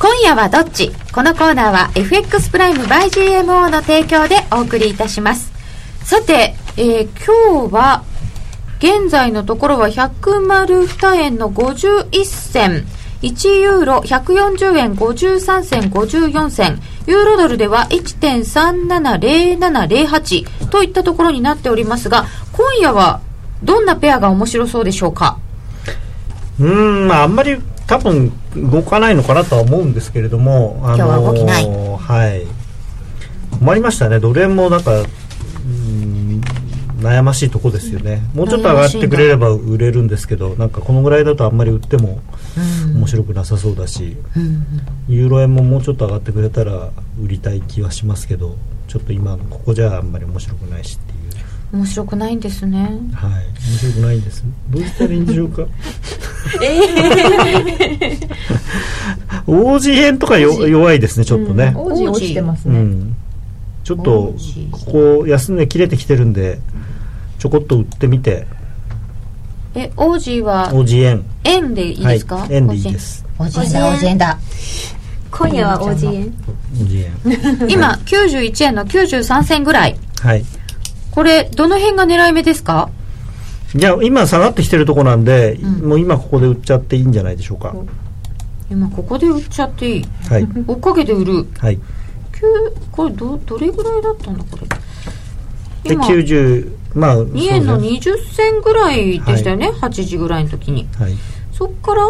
Speaker 1: 今夜はどっちこのコーナーは FX プライム by GMO の提供でお送りいたします。さて、えー今日は、現在のところは102円の51銭、1ユーロ140円53銭54銭、ユーロドルでは1.370708といったところになっておりますが、今夜はどんなペアが面白そうでしょうか
Speaker 9: うーん、まあ、あんまり多分動かないのかなとは思うんですけれども、あ
Speaker 1: 今
Speaker 9: の
Speaker 1: 日は動きない
Speaker 9: はい。困りましたね。どれもなんか、うーん悩ましいとこですよね。もうちょっと上がってくれれば売れるんですけど、なんかこのぐらいだとあんまり売っても面白くなさそうだし、ユーロ円ももうちょっと上がってくれたら売りたい気はしますけど、ちょっと今ここじゃあんまり面白くないしっていう。
Speaker 1: 面白くないんですね。
Speaker 9: はい。面白くないんです。どうしたらいいんでしょうか。王子編とかよ弱いですね、ちょっとね。
Speaker 6: 王子落ちてます
Speaker 9: う
Speaker 6: ね。
Speaker 9: ん、ちょっとここ安値切れてきてるんでちょこっと売ってみて
Speaker 1: え、王子は
Speaker 9: OG 円
Speaker 1: 円でいいですか、
Speaker 9: はい円でいいです
Speaker 5: おじんだおじんだ
Speaker 10: 今夜は OG 円
Speaker 9: OG 円
Speaker 1: 今、91円の93銭ぐらい。
Speaker 9: はい
Speaker 1: これ、どの辺が狙い目ですか
Speaker 9: じゃあ今下がってきてるとこなんで、もう今ここで売っちゃっていいんじゃないでしょうか、
Speaker 1: 今、ここで売っちゃっていい。
Speaker 9: はい
Speaker 1: 追っかけて売る。
Speaker 9: はい
Speaker 1: きゅうこれど、どれぐらいだったんだ、これ。
Speaker 9: で
Speaker 1: 今、2
Speaker 9: 90まあ2
Speaker 1: 円の20銭ぐらいでしたよね、8時ぐらいの時に。
Speaker 9: はい
Speaker 1: そっから、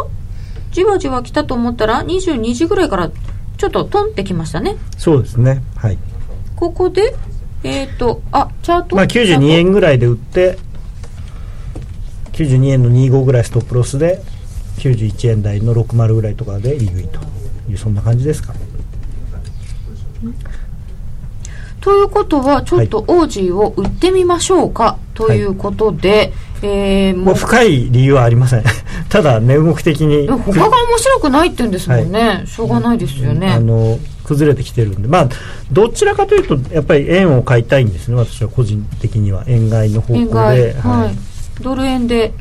Speaker 1: じわじわ来たと思ったら、22時ぐらいから、ちょっとトンってきましたね。
Speaker 9: そうですねはい
Speaker 1: ここで、えっ、ー、と、あ、チャート。
Speaker 9: まあ92円ぐらいで売って92円の25ぐらいストップロスで91円台の60ぐらいとかで利食いというそんな感じですか
Speaker 1: ということは、ちょっとオージーを売ってみましょうか、ということで、えー、も
Speaker 9: も
Speaker 1: う
Speaker 9: う、深い理由はありません ただ値動き的に
Speaker 1: でも他が面白くないって言うんですもんね。しょうがないですよ
Speaker 9: あ
Speaker 1: ね。
Speaker 9: の崩れてきてるんでまあどちらかというとやっぱり円を買いたいんですね私は個人的には円買いの方向
Speaker 1: 円
Speaker 9: で、
Speaker 1: 買い、
Speaker 9: は
Speaker 1: はいい。ドル円で、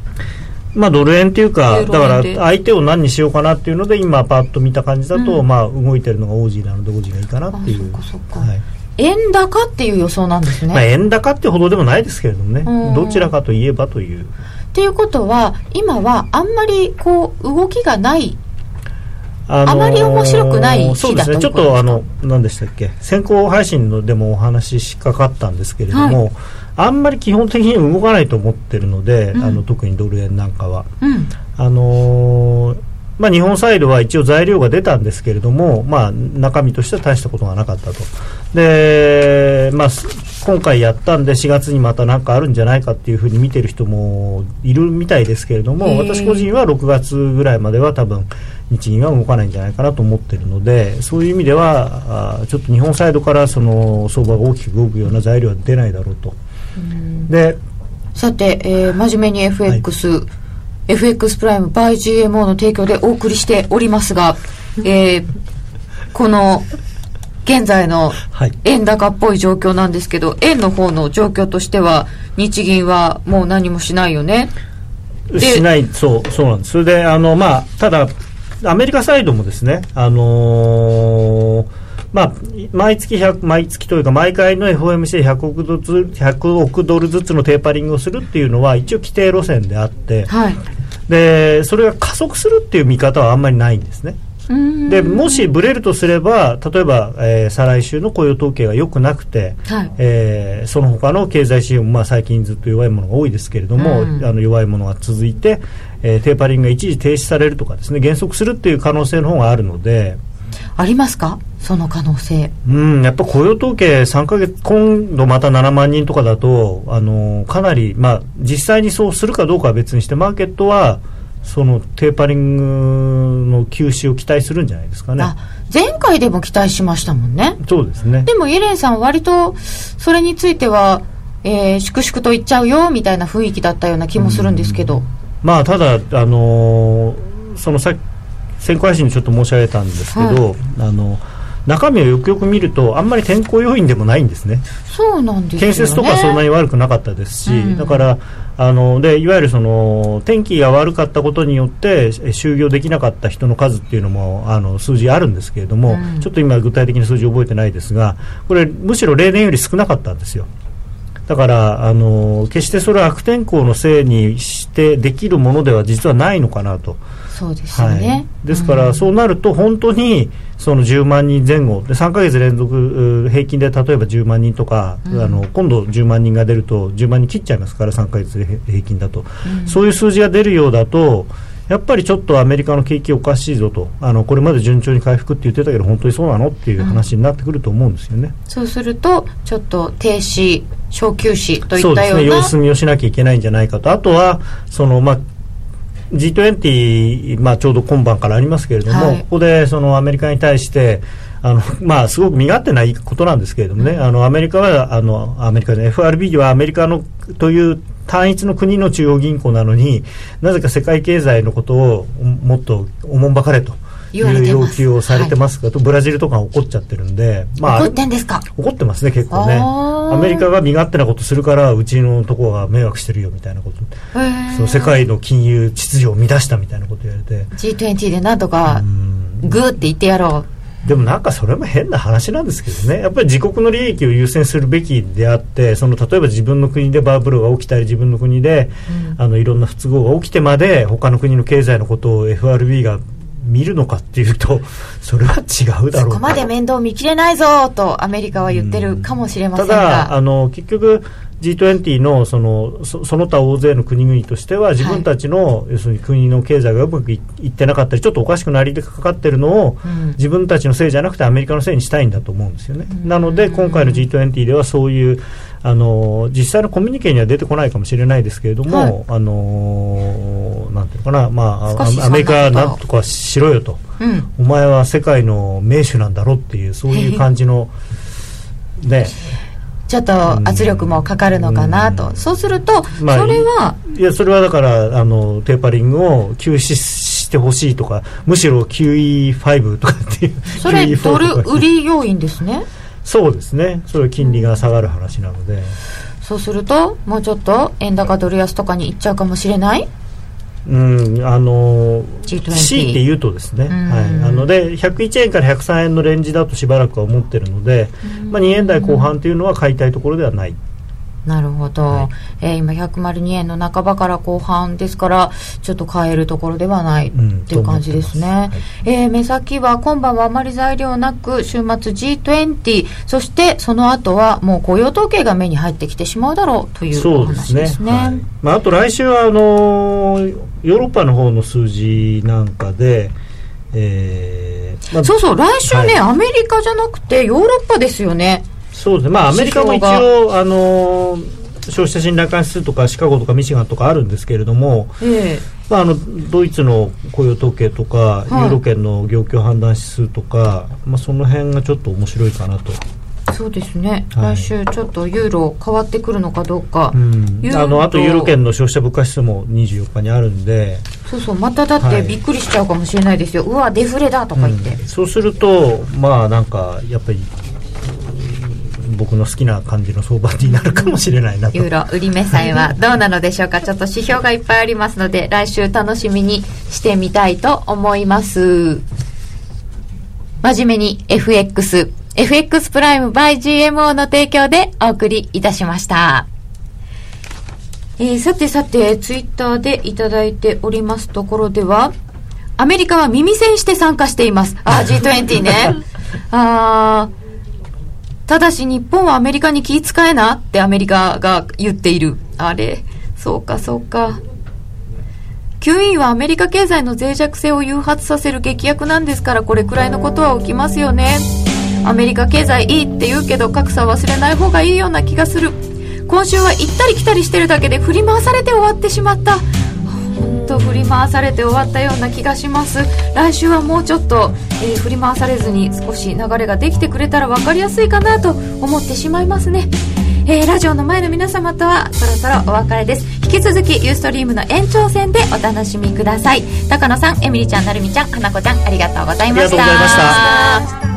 Speaker 9: まあドル円っていうか
Speaker 1: ユー
Speaker 9: だ
Speaker 1: ロ
Speaker 9: か
Speaker 1: 円
Speaker 9: ら
Speaker 1: で
Speaker 9: 相手を何にしようかなっていうので今パッと見た感じだと、
Speaker 1: うん
Speaker 9: まあ動いてるのがオージーなのでオージーがいいかなっていう
Speaker 1: あそっかそっか
Speaker 9: はい
Speaker 1: 円高っていう予想なんですね。
Speaker 9: まあ、円高ってほどでもないですけれどもね、
Speaker 1: うん
Speaker 9: どちらかといえばという
Speaker 1: っていうことは、今はあんまりこう、動きがない。
Speaker 9: あ
Speaker 1: あまり面白くない日だ
Speaker 9: そうですね
Speaker 1: と
Speaker 9: ち
Speaker 1: い
Speaker 9: ょ
Speaker 1: う
Speaker 9: っ
Speaker 1: ことです
Speaker 9: と
Speaker 1: か
Speaker 9: あの何でしたっけ先行配信のでもお話ししかかったんですけれども、あんまり基本的に動かないと思ってるので、
Speaker 1: うん
Speaker 9: あの特にドル円なんかは
Speaker 1: うん。
Speaker 9: あのーまあ、日本サイドは一応材料が出たんですけれども、まあ、中身としては大したことがなかったと。で、まあ、す今回やったんで4月にまた何かあるんじゃないかっていうふうに見てる人もいるみたいですけれど
Speaker 1: へー
Speaker 9: も、私個人は6月ぐらいまでは多分日銀は動かないんじゃないかなと思ってるので、そういう意味では、あーちょっと日本サイドからその相場が大きく動くような材料は出ないだろうと。で、
Speaker 1: さて、えー、真面目に FX、FX プライム by GMO の提供でお送りしておりますが、えー、この、現在の
Speaker 9: はい
Speaker 1: 円高っぽい状況なんですけど、円の方の状況としては、日銀はもう何もしないよね。で
Speaker 9: しない、そう、そうなんです。それで、あの、まあ、ただ、アメリカサイドもですね、あのーまあ、毎月100、毎月というか、毎回の FOMC100 億ドルず、100億ドルずつのテーパリングをするっていうのは、一応規定路線であって、
Speaker 1: はい。
Speaker 9: で、それが加速するっていう見方はあんまりないんですね。
Speaker 1: うん
Speaker 9: で、もしブレるとすれば、例えば、えー再来週の雇用統計が良くなくて、
Speaker 1: はい
Speaker 9: えーその他の経済指標も、まあ、最近ずっと弱いものが多いですけれども、
Speaker 1: うん
Speaker 9: あの弱いものが続いて、えーテーパリングが一時停止されるとかですね減速するっていう可能性の方があるので、
Speaker 1: ありますかその可能性。
Speaker 9: うん、やっぱ雇用統計3ヶ月今度また7万人とかだとあのかなり、まあ、実際にそうするかどうかは別にしてマーケットはそのテーパリングの休止を期待するんじゃないですかね
Speaker 1: あ。、前回でも期待しましたもんね。
Speaker 9: そうですね
Speaker 1: でもイエレンさんは割とそれについては、えー、粛々と言っちゃうよみたいな雰囲気だったような気もするんですけど、
Speaker 9: まあただあのーそのさ先行配信にちょっと申し上げたんですけど、あの中身をよくよく見るとあんまり天候要因でもないんですね。
Speaker 1: そうなんですよね
Speaker 9: 建設とかそんなに悪くなかったですし、
Speaker 1: うん
Speaker 9: だからあのでいわゆるその天気が悪かったことによってえ就業できなかった人の数っていうのもあの数字あるんですけれども、
Speaker 1: うん
Speaker 9: ちょっと今具体的な数字覚えてないですがこれむしろ例年より少なかったんですよ。だからあの決してそれは悪天候のせいにしてできるものでは実はないのかなと。
Speaker 1: そうですよね、
Speaker 9: い、ですから、
Speaker 1: うん
Speaker 9: そうなると本当にその10万人前後で3ヶ月連続うー平均で例えば10万人とか、
Speaker 1: うん
Speaker 9: あの今度10万人が出ると10万人切っちゃいますから3ヶ月で平平均だと、そういう数字が出るようだとやっぱりちょっとアメリカの景気おかしいぞとあのこれまで順調に回復って言ってたけど本当にそうなのっていう話になってくると思うんですよね。
Speaker 1: そうするとちょっと停止小休止とい
Speaker 9: そ
Speaker 1: っ
Speaker 9: う
Speaker 1: た
Speaker 9: です
Speaker 1: よう
Speaker 9: ね、
Speaker 1: な
Speaker 9: 様子見をしなきゃいけないんじゃないかと、あとはその、まあ、G20、まあ、ちょうど今晩からありますけれども、
Speaker 1: はい
Speaker 9: ここでそのアメリカに対して、あのまあ、すごく身勝手なことなんですけれどもね、あのアメリカはあのアメリカで FRB はアメリカのという単一の国の中央銀行なのになぜか世界経済のことをもっとおもんばかれとい
Speaker 1: 言われ
Speaker 9: う
Speaker 1: て
Speaker 9: 要
Speaker 1: ます
Speaker 9: 求をされてますが、とブラジルとか怒っちゃってるんで、まあ、
Speaker 1: 怒ってんですか
Speaker 9: 怒ってますね、結構ね。
Speaker 1: あー
Speaker 9: アメリカが身勝手なことするから、うちのとこが迷惑してるよみたいなこと、
Speaker 1: へー
Speaker 9: そう世界の金融秩序を乱したみたいなこと言われて、
Speaker 1: G20 でなんとか
Speaker 9: うん
Speaker 1: グーって言ってやろ
Speaker 9: でもなんかそれも変な話なんですけどね、やっぱり自国の利益を優先するべきであって、その例えば自分の国でバブルが起きたり、自分の国で、あのいろんな不都合が起きてまで、他の国の経済のことを FRB が見るのかっていうと、それは違う
Speaker 1: う
Speaker 9: だ
Speaker 1: そ
Speaker 9: ろう
Speaker 1: こまで面倒見きれないぞーとアメリカは言ってるかもしれませ
Speaker 9: た
Speaker 1: んが
Speaker 9: だあの、結局、G20 のそのそその他大勢の国々としては、自分たちの、要するに国の経済がうまくいいってなかったり、ちょっとおかしくなりかかってるのを、
Speaker 1: うん
Speaker 9: 自分たちのせいじゃなくて、アメリカのせいにしたいんだと思うんですよね。なので、今回の G20 では、そういうあの、実際のコミュニケには出てこないかもしれないですけれども、
Speaker 1: はい
Speaker 9: あのなんていうのかな、まあ
Speaker 1: 少しそん、な
Speaker 9: アメリカは
Speaker 1: ことを
Speaker 9: なんとかしろよと。
Speaker 1: うん
Speaker 9: お前は世界の名手なんだろっていうそういう感じのね
Speaker 1: ちょっと圧力もかかるのかなと、
Speaker 9: うん
Speaker 1: そうすると、
Speaker 9: まあ
Speaker 1: それはい
Speaker 9: やそれはだからあのテーパリングを休止してほしいとかむしろ QE5 とかっていう
Speaker 1: それ
Speaker 9: QE4
Speaker 1: ドル
Speaker 9: とか
Speaker 1: 売り要因ですね
Speaker 9: そうですねそれは金利が下がる話なので
Speaker 1: そうするともうちょっと円高ドル安とかに行っちゃうかもしれない
Speaker 9: うんあの
Speaker 1: G20
Speaker 9: 強いて言うとですね、
Speaker 1: ん
Speaker 9: はい、なので101円から103円のレンジだとしばらくは思ってるので、まあ、2円台後半というのは買いたいところではない
Speaker 1: なるほど、えー今102円の半ばから後半ですからちょっと買えるところではない
Speaker 9: う
Speaker 1: っ
Speaker 9: ん
Speaker 1: ていう感じですね、
Speaker 9: と思ってま
Speaker 1: えー目先は今晩はあまり材料なく週末 G20 そしてその後はもう雇用統計が目に入ってきてしまうだろうというお
Speaker 9: そうで
Speaker 1: 話
Speaker 9: す
Speaker 1: で
Speaker 9: ね。
Speaker 1: すね
Speaker 9: はいまあ、あと来週はあのーヨーロッパの方の数字なんかで、えーまあ、
Speaker 1: そうそう来週ね、
Speaker 9: はい
Speaker 1: アメリカじゃなくてヨーロッパですよね
Speaker 9: そうですね、まあ、アメリカも一
Speaker 1: 指
Speaker 9: 応、あのー消費者信頼関数とかシカゴとかミシガンとかあるんですけれども、
Speaker 1: ええ
Speaker 9: まあ、あのドイツの雇用統計と
Speaker 1: は
Speaker 9: か、
Speaker 1: い
Speaker 9: ユーロ圏の業況判断指数とか、まあ、その辺がちょっと面白いかなと、
Speaker 1: そうですね、
Speaker 9: は
Speaker 1: 来
Speaker 9: い
Speaker 1: 週ちょっとユーロ変わってくるのかどうか、
Speaker 9: うん
Speaker 1: ユーロ
Speaker 9: あのあとユーロ圏の消費者物価指数も24日にあるんで、
Speaker 1: そうそうまただっ
Speaker 9: は
Speaker 1: て
Speaker 9: い
Speaker 1: びっくりしちゃうかもしれないですよ、うわデフレだとか言って、
Speaker 9: うんそうするとまあなんかやっぱりうん僕の好きな感じの相場になるかもしれないなと、
Speaker 1: ユーロ売り目線はどうなのでしょう かちょっと指標がいっぱいありますので来週楽しみにしてみたいと思います真面目に FXFX プライム by GMO の提供でお送りいたしましたえーさてさて、ツイッターでいただいておりますところでは、アメリカは耳栓して参加しています。あー、G20 ね。あーただし日本はアメリカに気遣えなってアメリカが言っている。あれ、そうかそうか。QE はアメリカ経済の脆弱性を誘発させる劇薬なんですからこれくらいのことは起きますよねアメリカ経済いいって言うけど格差忘れない方がいいような気がする今週は行ったり来たりしてるだけで振り回されて終わってしまった本当振り回されて終わったような気がします来週はもうちょっと、えー振り回されずに少し流れができてくれたら分かりやすいかなと思ってしまいますねえーラジオの前の皆様とはそろそろお別れです引き続きユーストリームの延長戦でお楽しみください高野さんエミリちゃんなるみちゃん花子ちゃんありがとうございました
Speaker 9: ありがとうございました
Speaker 10: ました